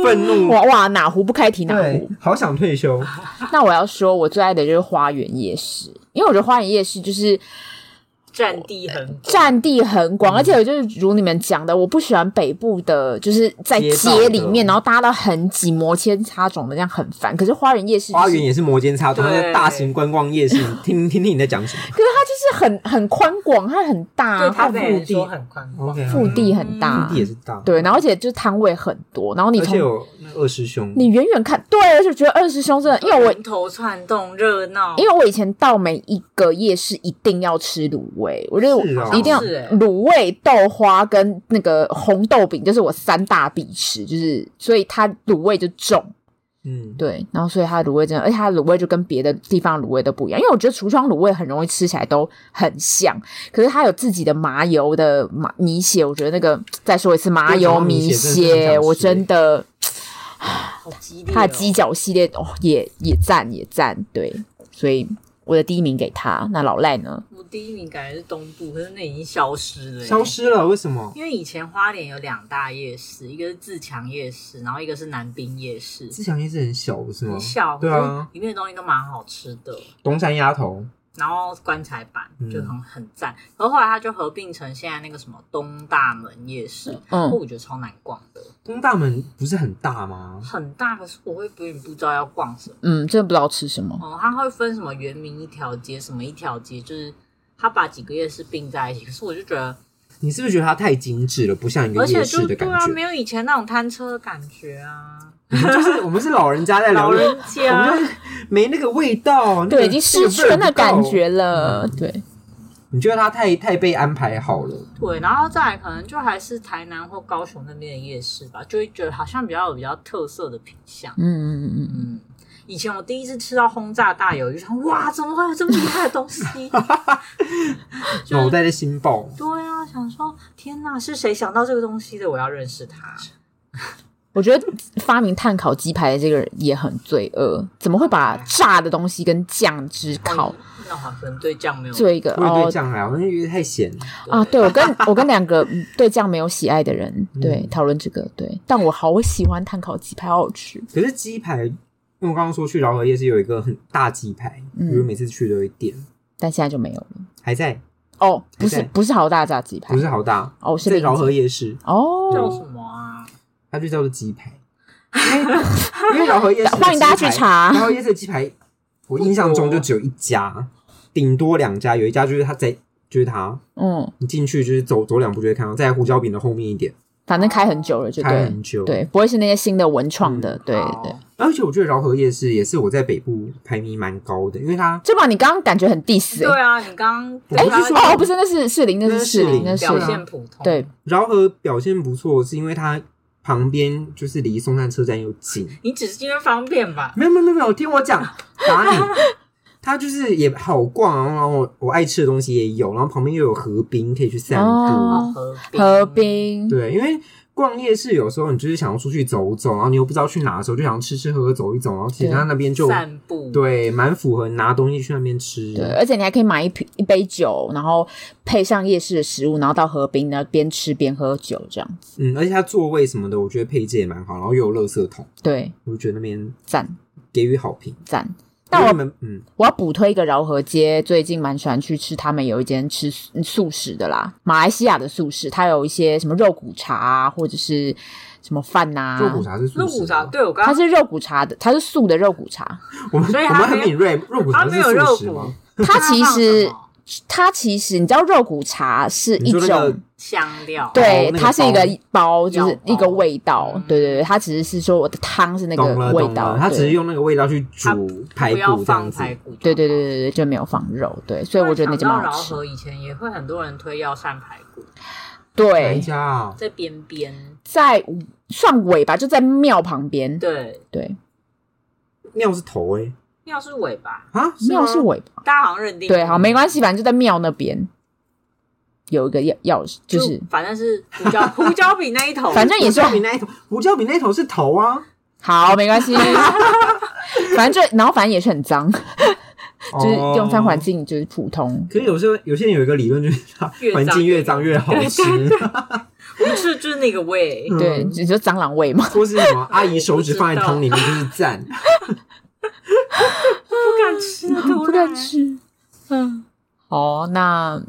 [SPEAKER 3] 愤怒
[SPEAKER 1] 哇哇，哪壶不开提哪壶
[SPEAKER 3] 对。，好想退休，
[SPEAKER 1] 那我要说，我最爱的就是花园夜市，因为我觉得花园夜市就是
[SPEAKER 2] 占地很广。
[SPEAKER 1] 占地很
[SPEAKER 3] 嗯
[SPEAKER 1] 广，而且我就是如你们讲的，我不喜欢北部的，就是在
[SPEAKER 3] 街道
[SPEAKER 1] 街里面，
[SPEAKER 3] 的
[SPEAKER 1] 然后搭到很挤，摩肩擦踵的，这样很烦。可是花园夜市、就是，
[SPEAKER 3] 花园也是摩肩擦踵，
[SPEAKER 2] 对
[SPEAKER 3] 那个大型观光夜市，听听听你在讲什么
[SPEAKER 1] 可是它就是很很宽广，它很大，
[SPEAKER 2] 对台
[SPEAKER 1] 它
[SPEAKER 2] 北人说
[SPEAKER 3] 腹地
[SPEAKER 2] 很宽广，
[SPEAKER 3] ？OK，
[SPEAKER 1] 腹地很
[SPEAKER 3] 腹
[SPEAKER 1] 大，
[SPEAKER 3] 地也是大，，
[SPEAKER 1] 对，然后而且就摊位很多，然后你
[SPEAKER 3] 而且
[SPEAKER 1] 从
[SPEAKER 3] 有那二师兄，
[SPEAKER 1] 你远远看，对，而且觉得二师兄真的，因为我
[SPEAKER 2] 人头攒动，热闹。
[SPEAKER 1] 因为我以前到每一个夜市一定要吃卤味，我觉得我
[SPEAKER 3] 是哦
[SPEAKER 1] 一定要
[SPEAKER 2] 是欸
[SPEAKER 1] 卤味、豆花跟那个红豆饼，就是我三大必吃，就是所以它卤味就重，
[SPEAKER 3] 嗯，
[SPEAKER 1] 对，然后所以它的卤味真的，而且它的卤味就跟别的地方的卤味都不一样，因为我觉得橱窗卤味很容易吃起来都很像，可是它有自己的麻油的麻米血，我觉得那个再说一次麻
[SPEAKER 3] 对麻
[SPEAKER 1] 油
[SPEAKER 3] 油米
[SPEAKER 1] 米
[SPEAKER 3] 血真的很
[SPEAKER 1] 血，
[SPEAKER 3] 想吃
[SPEAKER 1] 我真的
[SPEAKER 2] 好激烈、哦，
[SPEAKER 1] 它的鸡脚系列哦也也赞也赞，对，所以我的第一名给他，那老赖呢？
[SPEAKER 2] 我第一名感觉是东部，可是那已经消失了耶，
[SPEAKER 3] 消失了，为什么？
[SPEAKER 2] 因为以前花莲有两大夜市，一个是自强夜市，然后一个是南滨夜市，
[SPEAKER 3] 自强夜市很小，不是吗
[SPEAKER 2] 很？小，嗯
[SPEAKER 3] 对啊
[SPEAKER 2] 可是，里面的东西都蛮好吃的。
[SPEAKER 3] 东山鸭头，
[SPEAKER 2] 然后棺材板
[SPEAKER 3] 嗯
[SPEAKER 2] 就很很赞，然后后来它就合并成现在那个什么东大门夜市，
[SPEAKER 1] 嗯
[SPEAKER 2] 不过我觉得超难逛的，
[SPEAKER 3] 东大门不是很大吗？
[SPEAKER 2] 很大，可是我会有点不知道要逛什么。
[SPEAKER 1] 嗯，真的不知道吃什么。
[SPEAKER 2] 哦，它会分什么原名一条街，什么一条街，就是它把几个夜市并在一起。可是我就觉得，
[SPEAKER 3] 你是不是觉得它太精致了，不像一个
[SPEAKER 2] 而
[SPEAKER 3] 夜
[SPEAKER 2] 且
[SPEAKER 3] 市
[SPEAKER 2] 就
[SPEAKER 3] 的
[SPEAKER 2] 对
[SPEAKER 3] 感
[SPEAKER 2] 啊，
[SPEAKER 3] 觉？
[SPEAKER 2] 没有以前那种摊车的感觉啊，
[SPEAKER 3] 就是我们是老人家在
[SPEAKER 2] 老
[SPEAKER 3] 聊
[SPEAKER 2] 人
[SPEAKER 3] 我
[SPEAKER 2] 家
[SPEAKER 3] 们没那个味道，那个
[SPEAKER 1] 对，已经失去了那感。
[SPEAKER 3] 个味儿不够嗯
[SPEAKER 1] 觉了。对，
[SPEAKER 3] 你觉得它太太被安排好了？
[SPEAKER 2] 对，然后再来可能就还是台南或高雄那边的夜市吧，就会觉得好像比较有比较特色的品相。
[SPEAKER 1] 嗯嗯嗯嗯，
[SPEAKER 2] 嗯，以前我第一次吃到轰炸大鱿鱼，就想哇，怎么会有这么厉害的东西？ <laughs> 就是
[SPEAKER 3] 脑袋在心爆，
[SPEAKER 2] 对啊，想说天哪，是谁想到这个东西的？我要认识他。
[SPEAKER 1] 我觉得发明碳烤鸡排的这个人也很罪恶，怎么会把炸的东西跟酱汁烤
[SPEAKER 2] 哦那好像对酱没有
[SPEAKER 1] 做一个
[SPEAKER 3] 嗯我也对
[SPEAKER 1] 哦？
[SPEAKER 3] 酱还好，因为太咸。
[SPEAKER 1] 啊，对
[SPEAKER 3] <laughs>
[SPEAKER 1] 我跟我跟两个嗯对酱没有喜爱的人
[SPEAKER 3] 嗯
[SPEAKER 1] 对讨论这个对，但我好喜欢碳烤鸡排，好好吃。
[SPEAKER 3] 可是鸡排，因为我刚刚说去饶河夜市有一个很大鸡排，
[SPEAKER 1] 嗯
[SPEAKER 3] 比如每次去都会点，
[SPEAKER 1] 但现在就没有了。
[SPEAKER 3] 还在，
[SPEAKER 1] 哦，不是
[SPEAKER 3] 还在
[SPEAKER 1] 不是好大炸鸡排
[SPEAKER 3] 不，是好大，
[SPEAKER 1] 哦是
[SPEAKER 3] 在
[SPEAKER 1] 另一
[SPEAKER 3] 饶河夜市，
[SPEAKER 2] 叫
[SPEAKER 1] 哦，
[SPEAKER 2] 什么啊？
[SPEAKER 3] 它就叫做鸡排。因为 <laughs> 因为饶河夜市的鸡排，
[SPEAKER 1] 欢迎大家去查
[SPEAKER 3] 饶河夜市的鸡排，我印象中就只有一家，顶多两家，有一家就是它在，就是它，
[SPEAKER 1] 嗯，
[SPEAKER 3] 你进去就是走走两步就会看到，在胡椒饼的后面一点，
[SPEAKER 1] 反正开很久了，就
[SPEAKER 3] 开
[SPEAKER 1] 对
[SPEAKER 3] 很久。
[SPEAKER 1] 对，不会是那些新的文创的，对
[SPEAKER 2] 好
[SPEAKER 1] 对。
[SPEAKER 3] 而且我觉得饶河夜市也是我在北部排名蛮高的，因为它
[SPEAKER 1] 就把你刚刚感觉很 diss 欸
[SPEAKER 2] 对啊，你刚
[SPEAKER 3] 哎
[SPEAKER 2] 对啊
[SPEAKER 3] 不是说
[SPEAKER 1] 哦，不是，那是士林，那
[SPEAKER 3] 那
[SPEAKER 1] 是
[SPEAKER 3] 是
[SPEAKER 1] 士
[SPEAKER 3] 士
[SPEAKER 1] 林，
[SPEAKER 3] 林
[SPEAKER 1] 那是士
[SPEAKER 2] 表
[SPEAKER 1] 林
[SPEAKER 2] 现普通，
[SPEAKER 1] 对，
[SPEAKER 3] 饶河表现不错，是因为它旁边就是离松山车站又近。
[SPEAKER 2] 你只是因为方便吧？
[SPEAKER 3] 没有没有没有没有，听我讲，打你。 <laughs> 它就是也好逛，然后我我爱吃的东西也有，然后旁边又有河滨可以去散步。
[SPEAKER 1] 哦
[SPEAKER 2] 河滨，
[SPEAKER 1] 河滨，
[SPEAKER 3] 对，因为逛夜市有时候你就是想要出去走走，然后你又不知道去哪的时候，就想要吃吃喝喝走一走，然后其实
[SPEAKER 1] 对
[SPEAKER 3] 他那边就
[SPEAKER 2] 散步，，
[SPEAKER 3] 对蛮符合拿东西去那边吃。
[SPEAKER 1] 对，而且你还可以买一瓶一杯酒，然后配上夜市的食物，然后到河滨，然后边吃边喝酒这样子。
[SPEAKER 3] 嗯，而且它座位什么的，我觉得配置也蛮好，然后又有垃圾桶，
[SPEAKER 1] 对，
[SPEAKER 3] 我就觉得那边
[SPEAKER 1] 赞
[SPEAKER 3] 给予好评。
[SPEAKER 1] 赞。但
[SPEAKER 3] 那
[SPEAKER 1] 我
[SPEAKER 3] 你们嗯，
[SPEAKER 1] 我要补推一个饶河街，最近蛮喜欢去吃，他们有一间吃素素食的啦，马来西亚的素食，它有一些什么肉骨茶啊，或者是什么饭啊呐、
[SPEAKER 3] 肉骨茶是素
[SPEAKER 2] 啊肉
[SPEAKER 3] 食
[SPEAKER 2] 骨
[SPEAKER 3] 吗
[SPEAKER 2] 茶，，对我刚
[SPEAKER 1] 它
[SPEAKER 2] 刚
[SPEAKER 1] 是肉骨茶的，它是素的肉骨茶。
[SPEAKER 3] 我们
[SPEAKER 2] 所以
[SPEAKER 3] 我
[SPEAKER 2] 它
[SPEAKER 3] 们很
[SPEAKER 2] 没有
[SPEAKER 3] 敏锐，肉骨
[SPEAKER 2] 它
[SPEAKER 3] 茶
[SPEAKER 2] 没
[SPEAKER 3] 是
[SPEAKER 2] 有
[SPEAKER 3] 素
[SPEAKER 2] 肉
[SPEAKER 3] 食吗
[SPEAKER 2] 骨？
[SPEAKER 1] 它其
[SPEAKER 2] 放
[SPEAKER 1] 实
[SPEAKER 2] 什么
[SPEAKER 1] 它其实你知道肉骨茶是一
[SPEAKER 3] 你说
[SPEAKER 1] 种、
[SPEAKER 3] 那个
[SPEAKER 2] 香料，
[SPEAKER 1] 对
[SPEAKER 3] 包那，个
[SPEAKER 1] 它是一个包，就
[SPEAKER 2] 药
[SPEAKER 1] 是一个
[SPEAKER 2] 包
[SPEAKER 1] 味道。
[SPEAKER 2] 嗯
[SPEAKER 1] 对对对，它只是是说我的汤是那个
[SPEAKER 3] 懂了
[SPEAKER 1] 味
[SPEAKER 3] 懂
[SPEAKER 1] 道
[SPEAKER 3] 了，，它
[SPEAKER 1] 对
[SPEAKER 3] 只是用那个味道去煮排
[SPEAKER 2] 不要
[SPEAKER 3] 骨这样
[SPEAKER 2] 放
[SPEAKER 3] 子。
[SPEAKER 2] 排骨，
[SPEAKER 1] 对对对。对对，就没有放肉。对，所以我觉得
[SPEAKER 2] 想
[SPEAKER 1] 那间
[SPEAKER 2] 到
[SPEAKER 1] 蛮
[SPEAKER 2] 饶
[SPEAKER 1] 好吃。
[SPEAKER 2] 河以前也会很多人推药膳排骨，
[SPEAKER 3] 哪一
[SPEAKER 1] 对，
[SPEAKER 3] 家啊？
[SPEAKER 2] 在边
[SPEAKER 1] 嗯
[SPEAKER 2] 边，
[SPEAKER 1] 在算尾吧，就在庙旁边。
[SPEAKER 2] 对，
[SPEAKER 1] 对，
[SPEAKER 3] 庙是头哎、
[SPEAKER 2] 庙是尾吧？
[SPEAKER 3] 啊，
[SPEAKER 1] 庙
[SPEAKER 3] 吗
[SPEAKER 1] 是尾巴。
[SPEAKER 2] 大家好像认定
[SPEAKER 1] 对，好，没关系，反正就在庙那边有一个钥钥匙，就是
[SPEAKER 2] 反正是胡椒胡椒饼那一头，
[SPEAKER 1] 反正也
[SPEAKER 3] 胡
[SPEAKER 1] 是
[SPEAKER 3] 椒饼那一头，胡椒饼那一头是头啊，
[SPEAKER 1] 好，没关系。反正就，然后反正也是很脏，就是用餐环
[SPEAKER 3] 哦。
[SPEAKER 1] 境就是普通。
[SPEAKER 3] 可是有时候有些人有一个理论，就是它
[SPEAKER 2] 越脏
[SPEAKER 3] 环境越脏越好吃， <laughs>
[SPEAKER 2] 我们吃的就是那个味，
[SPEAKER 3] 嗯
[SPEAKER 1] 对，你说蟑螂味嘛？
[SPEAKER 3] 或是什么阿姨手指放在汤里面就是赞。
[SPEAKER 2] 不敢吃啊，突
[SPEAKER 1] 不
[SPEAKER 2] 然
[SPEAKER 1] 敢吃。嗯，好，那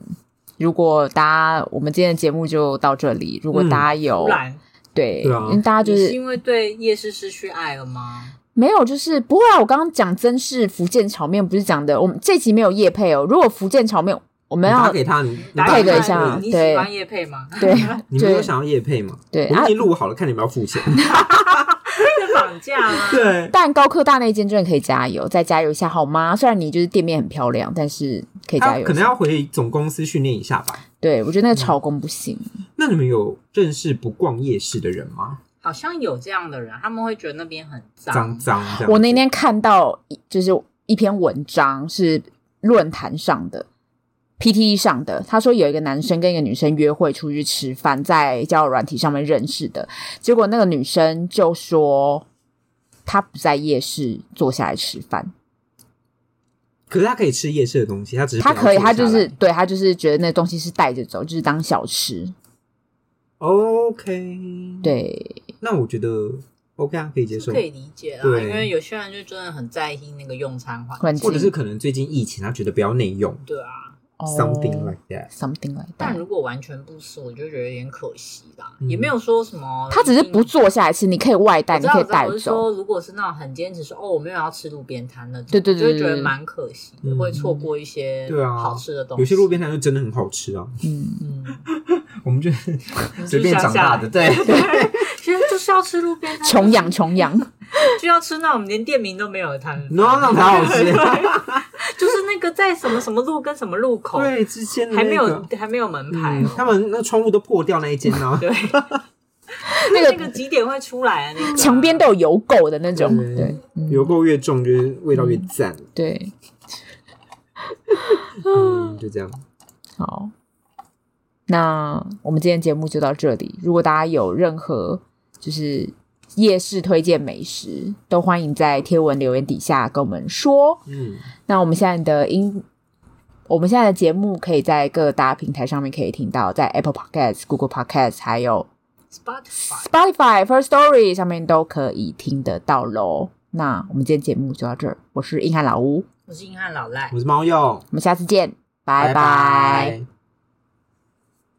[SPEAKER 1] 如果大家我们今天的节目就到这里。如果大家有、
[SPEAKER 2] 突然，
[SPEAKER 1] 对，
[SPEAKER 3] 嗯对啊
[SPEAKER 1] 因为大家就
[SPEAKER 2] 你是
[SPEAKER 1] 是
[SPEAKER 2] 因为对夜市失去爱了吗？
[SPEAKER 1] 没有，就是不会啊。我刚刚讲曾氏福建炒面不是讲的，我们这集没有叶配哦。如果福建炒面，我们
[SPEAKER 3] 你打
[SPEAKER 1] 要
[SPEAKER 3] 给他，你你
[SPEAKER 2] 打
[SPEAKER 3] 打
[SPEAKER 1] 配
[SPEAKER 2] 给
[SPEAKER 3] 给
[SPEAKER 1] 合一
[SPEAKER 2] 他
[SPEAKER 3] 他
[SPEAKER 1] 下
[SPEAKER 2] 你
[SPEAKER 1] 对
[SPEAKER 2] 喜欢叶配吗？
[SPEAKER 1] <laughs> 对
[SPEAKER 3] 你们有
[SPEAKER 1] 对
[SPEAKER 3] 想要夜配吗？
[SPEAKER 1] 对
[SPEAKER 3] 我
[SPEAKER 1] 啊
[SPEAKER 3] 已，经录好了，看你们要
[SPEAKER 1] <laughs>
[SPEAKER 3] 付钱。
[SPEAKER 2] 被 <laughs> 绑架啊吗？
[SPEAKER 3] 对，
[SPEAKER 1] 但高科大那一间真的可以加油，再加油一下好吗？虽然你就是店面很漂亮，但是可以加
[SPEAKER 3] 他
[SPEAKER 1] 油
[SPEAKER 3] 啊可
[SPEAKER 1] 一
[SPEAKER 3] 能
[SPEAKER 1] 下。
[SPEAKER 3] 要嗯回总公司训练一下吧。
[SPEAKER 1] 对我觉得那个炒工不行，
[SPEAKER 3] 那你们有认识不逛夜市的人吗？
[SPEAKER 2] 好像有这样的人，他们会觉得那边很
[SPEAKER 3] 脏
[SPEAKER 2] 脏，
[SPEAKER 3] 脏这样。
[SPEAKER 1] 我那天看到一就是一篇文章是论坛上的。PTE 上的，他说有一个男生跟一个女生约会出去吃饭，在交友软体上面认识的，结果那个女生就说她不在夜市坐下来吃饭，
[SPEAKER 3] 可是他可以吃夜市的东西，他只是
[SPEAKER 1] 她可以，她就是
[SPEAKER 3] 不要坐下来
[SPEAKER 1] 对她就是觉得那东西是带着走，就是当小吃，
[SPEAKER 3] 哦 OK。，
[SPEAKER 1] 对
[SPEAKER 3] 那我觉得 OK 啊，可以接
[SPEAKER 2] 是
[SPEAKER 3] 受
[SPEAKER 2] 可。以理解啦。
[SPEAKER 3] 对
[SPEAKER 2] 因为有些人就真的很在意那个用餐环
[SPEAKER 1] 环
[SPEAKER 2] 境，
[SPEAKER 1] 境
[SPEAKER 3] 或者是可能最近疫情，他觉得不要内用
[SPEAKER 2] 对啊。
[SPEAKER 1] 哦
[SPEAKER 3] <laughs> ，something like that。
[SPEAKER 1] something like
[SPEAKER 2] 但
[SPEAKER 1] that。
[SPEAKER 2] 如果完全不吃，我就觉得有点可惜啦。
[SPEAKER 3] 嗯
[SPEAKER 2] 也没有说什么，
[SPEAKER 1] 他只是不坐下来吃，你可以外带，
[SPEAKER 2] 我知
[SPEAKER 1] 你
[SPEAKER 2] 道。
[SPEAKER 1] 可以
[SPEAKER 2] 我知道
[SPEAKER 1] 带
[SPEAKER 2] 我是
[SPEAKER 1] 走。
[SPEAKER 2] 说，如果是那种很坚持说哦，我没有要吃路边摊的，
[SPEAKER 1] 对对对
[SPEAKER 2] 就会觉
[SPEAKER 1] 对
[SPEAKER 2] 得蛮可惜的，
[SPEAKER 3] 嗯
[SPEAKER 2] 会错过一些
[SPEAKER 3] 对啊
[SPEAKER 2] 好吃的东西。
[SPEAKER 3] 有些路边摊就真的很好吃啊，
[SPEAKER 1] 嗯，
[SPEAKER 2] 嗯，
[SPEAKER 3] <laughs> 我们就是
[SPEAKER 2] 你
[SPEAKER 3] 随
[SPEAKER 2] 去
[SPEAKER 3] 便
[SPEAKER 2] 乡
[SPEAKER 3] 长
[SPEAKER 2] 下
[SPEAKER 3] 大的，，
[SPEAKER 2] <laughs>
[SPEAKER 3] 对，
[SPEAKER 2] 其实就是要吃路边摊，
[SPEAKER 1] <laughs> 穷养穷养，
[SPEAKER 2] <laughs> 就要吃那种连店名都没有的摊，
[SPEAKER 3] 然后让它好吃。
[SPEAKER 2] <laughs> 就是那个在什么什么路跟什么路口，
[SPEAKER 3] 对，之前的
[SPEAKER 2] 还
[SPEAKER 3] 那
[SPEAKER 2] 没有
[SPEAKER 3] 个。
[SPEAKER 2] 还没有门牌
[SPEAKER 3] 嗯
[SPEAKER 2] 哦，，
[SPEAKER 3] 他们那窗户都破掉那一间 <laughs> 呢，
[SPEAKER 2] 对，
[SPEAKER 1] 那个
[SPEAKER 2] 那个几点会出来啊？那个
[SPEAKER 1] 墙边都有油垢的那种。
[SPEAKER 3] 对
[SPEAKER 1] 对，嗯
[SPEAKER 3] 油垢越重，就是味道越赞。
[SPEAKER 1] 对，
[SPEAKER 3] 嗯，就这样。
[SPEAKER 1] 好。那我们今天节目就到这里。如果大家有任何就是夜市推荐美食，都欢迎在贴文留言底下跟我们说。
[SPEAKER 3] 嗯，
[SPEAKER 1] 那我们现在的音，我们现在的节目可以在各大平台上面可以听到，在 Apple Podcast、Google Podcast 还有
[SPEAKER 2] Spotify。
[SPEAKER 1] Spotify、First Story 上面都可以听得到喽。那我们今天节目就到这儿，我是硬汉老吴，
[SPEAKER 2] 我是硬汉老赖
[SPEAKER 3] 我。是猫鼬，
[SPEAKER 1] 我们下次见，拜拜。
[SPEAKER 3] 拜拜